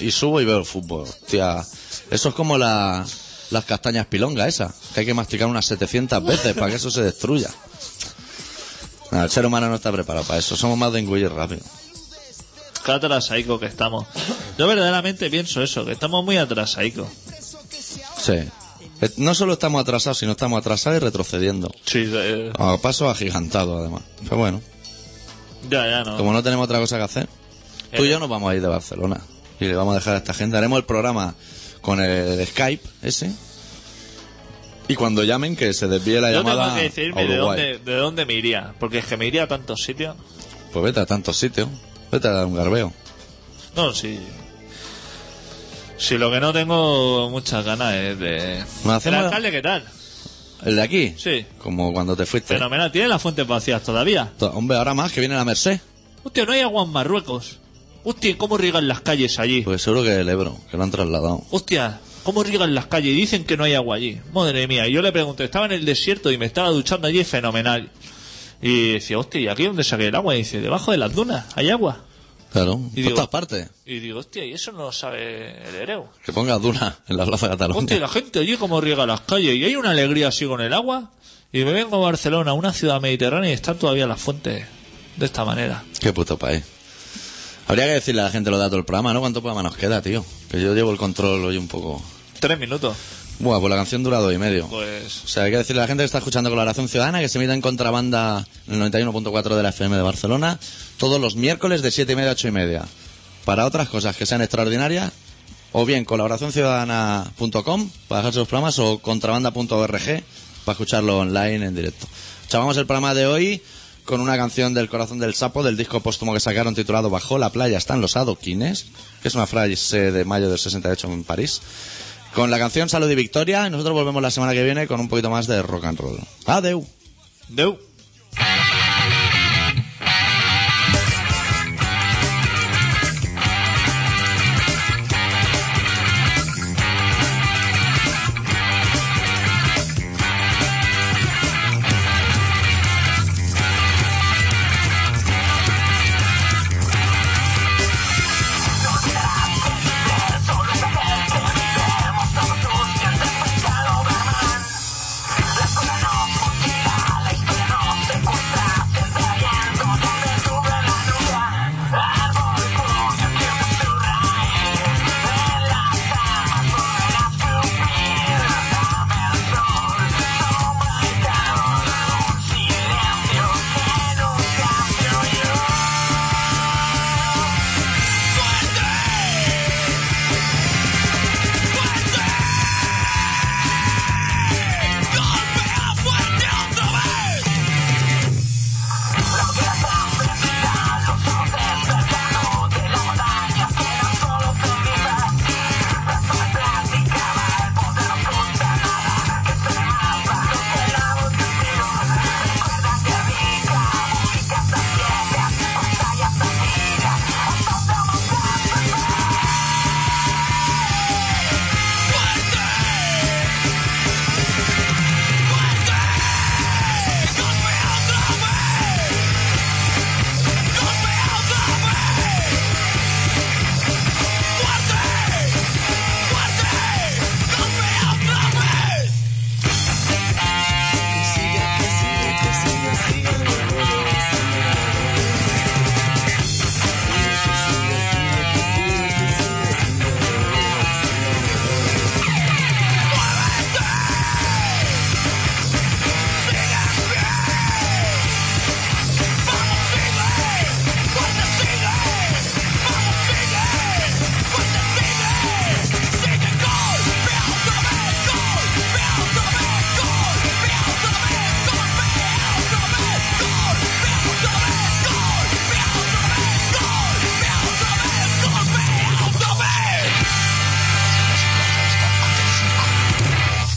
Speaker 1: y subo y veo el fútbol. Hostia, eso es como la- las castañas pilonga esas, que hay que masticar unas 700 veces para que eso se destruya. Nada, el ser humano no está preparado para eso, somos más de engullir rápido.
Speaker 2: Qué atrasaico que estamos. Yo verdaderamente pienso eso, que estamos muy atrasaicos.
Speaker 1: Sí. Eh, No solo estamos atrasados, sino estamos atrasados y retrocediendo.
Speaker 2: Sí, eh,
Speaker 1: A paso agigantado, además. Pero bueno,
Speaker 2: ya, ya no.
Speaker 1: como no tenemos otra cosa que hacer, tú y yo nos vamos a ir de Barcelona. Y le vamos a dejar a esta gente. Haremos el programa con el Skype ese. Y cuando llamen, que se desvíe la
Speaker 2: Yo
Speaker 1: llamada.
Speaker 2: tengo que decirme
Speaker 1: a
Speaker 2: de
Speaker 1: Uruguay.
Speaker 2: dónde, de dónde me iría, porque es que me iría a tantos sitios.
Speaker 1: Pues vete a tantos sitios. Vete a dar un garbeo.
Speaker 2: No, si. Si lo que no tengo muchas ganas es de.
Speaker 1: Nos hacemos-
Speaker 2: ¿El alcalde qué tal?
Speaker 1: ¿El de aquí?
Speaker 2: Sí.
Speaker 1: Como cuando te fuiste.
Speaker 2: Fenomenal, tiene las fuentes vacías todavía.
Speaker 1: To- Hombre, ahora más que viene la Merced.
Speaker 2: Hostia, no hay agua en Marruecos. Hostia, ¿cómo riegan las calles allí?
Speaker 1: Pues seguro que el Ebro, que lo han trasladado.
Speaker 2: Hostia, ¿cómo riegan las calles? Y dicen que no hay agua allí. Madre mía, y yo le pregunté, estaba en el desierto y me estaba duchando allí, fenomenal. Y decía, hostia, ¿y aquí dónde saqué el agua? Y dice, debajo de las dunas, hay agua.
Speaker 1: Claro.
Speaker 2: Y
Speaker 1: por
Speaker 2: digo-
Speaker 1: todas partes.
Speaker 2: Y digo, hostia, ¿y eso no lo sabe el hereo?
Speaker 1: Que pongas Duna en la Plaza Cataluña.
Speaker 2: Hostia, la gente allí como riega las calles y hay una alegría así con el agua. Y me vengo a Barcelona, una ciudad mediterránea, y están todavía las fuentes de esta manera.
Speaker 1: Qué puto país. Habría que decirle a la gente los datos del programa, ¿no? ¿Cuánto programa nos queda, tío? Que yo llevo el control hoy un poco.
Speaker 2: Tres minutos.
Speaker 1: Bueno, pues la canción dura dos y medio.
Speaker 2: Pues
Speaker 1: O sea, hay que decirle a la gente que está escuchando Colaboración Ciudadana que se emite en contrabanda en el 91.4 de la FM de Barcelona todos los miércoles de 7 y media a 8 y media. Para otras cosas que sean extraordinarias, o bien colaboracionciudadana.com para dejar sus programas o contrabanda.org para escucharlo online en directo. Chavamos el programa de hoy con una canción del Corazón del Sapo del disco póstumo que sacaron titulado Bajo la playa están los adoquines, que es una frase de mayo del 68 en París. Con la canción Salud y Victoria, y nosotros volvemos la semana que viene con un poquito más de rock and roll. Adeu.
Speaker 2: Deu.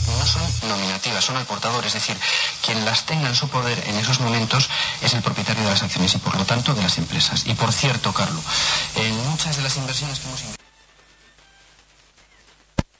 Speaker 3: no son este nominativas, son al portador, es decir, quien las tenga en su poder en esos momentos es el propietario de las acciones y por lo tanto de las empresas. Y por cierto, Carlos, en muchas de las inversiones que hemos invertido...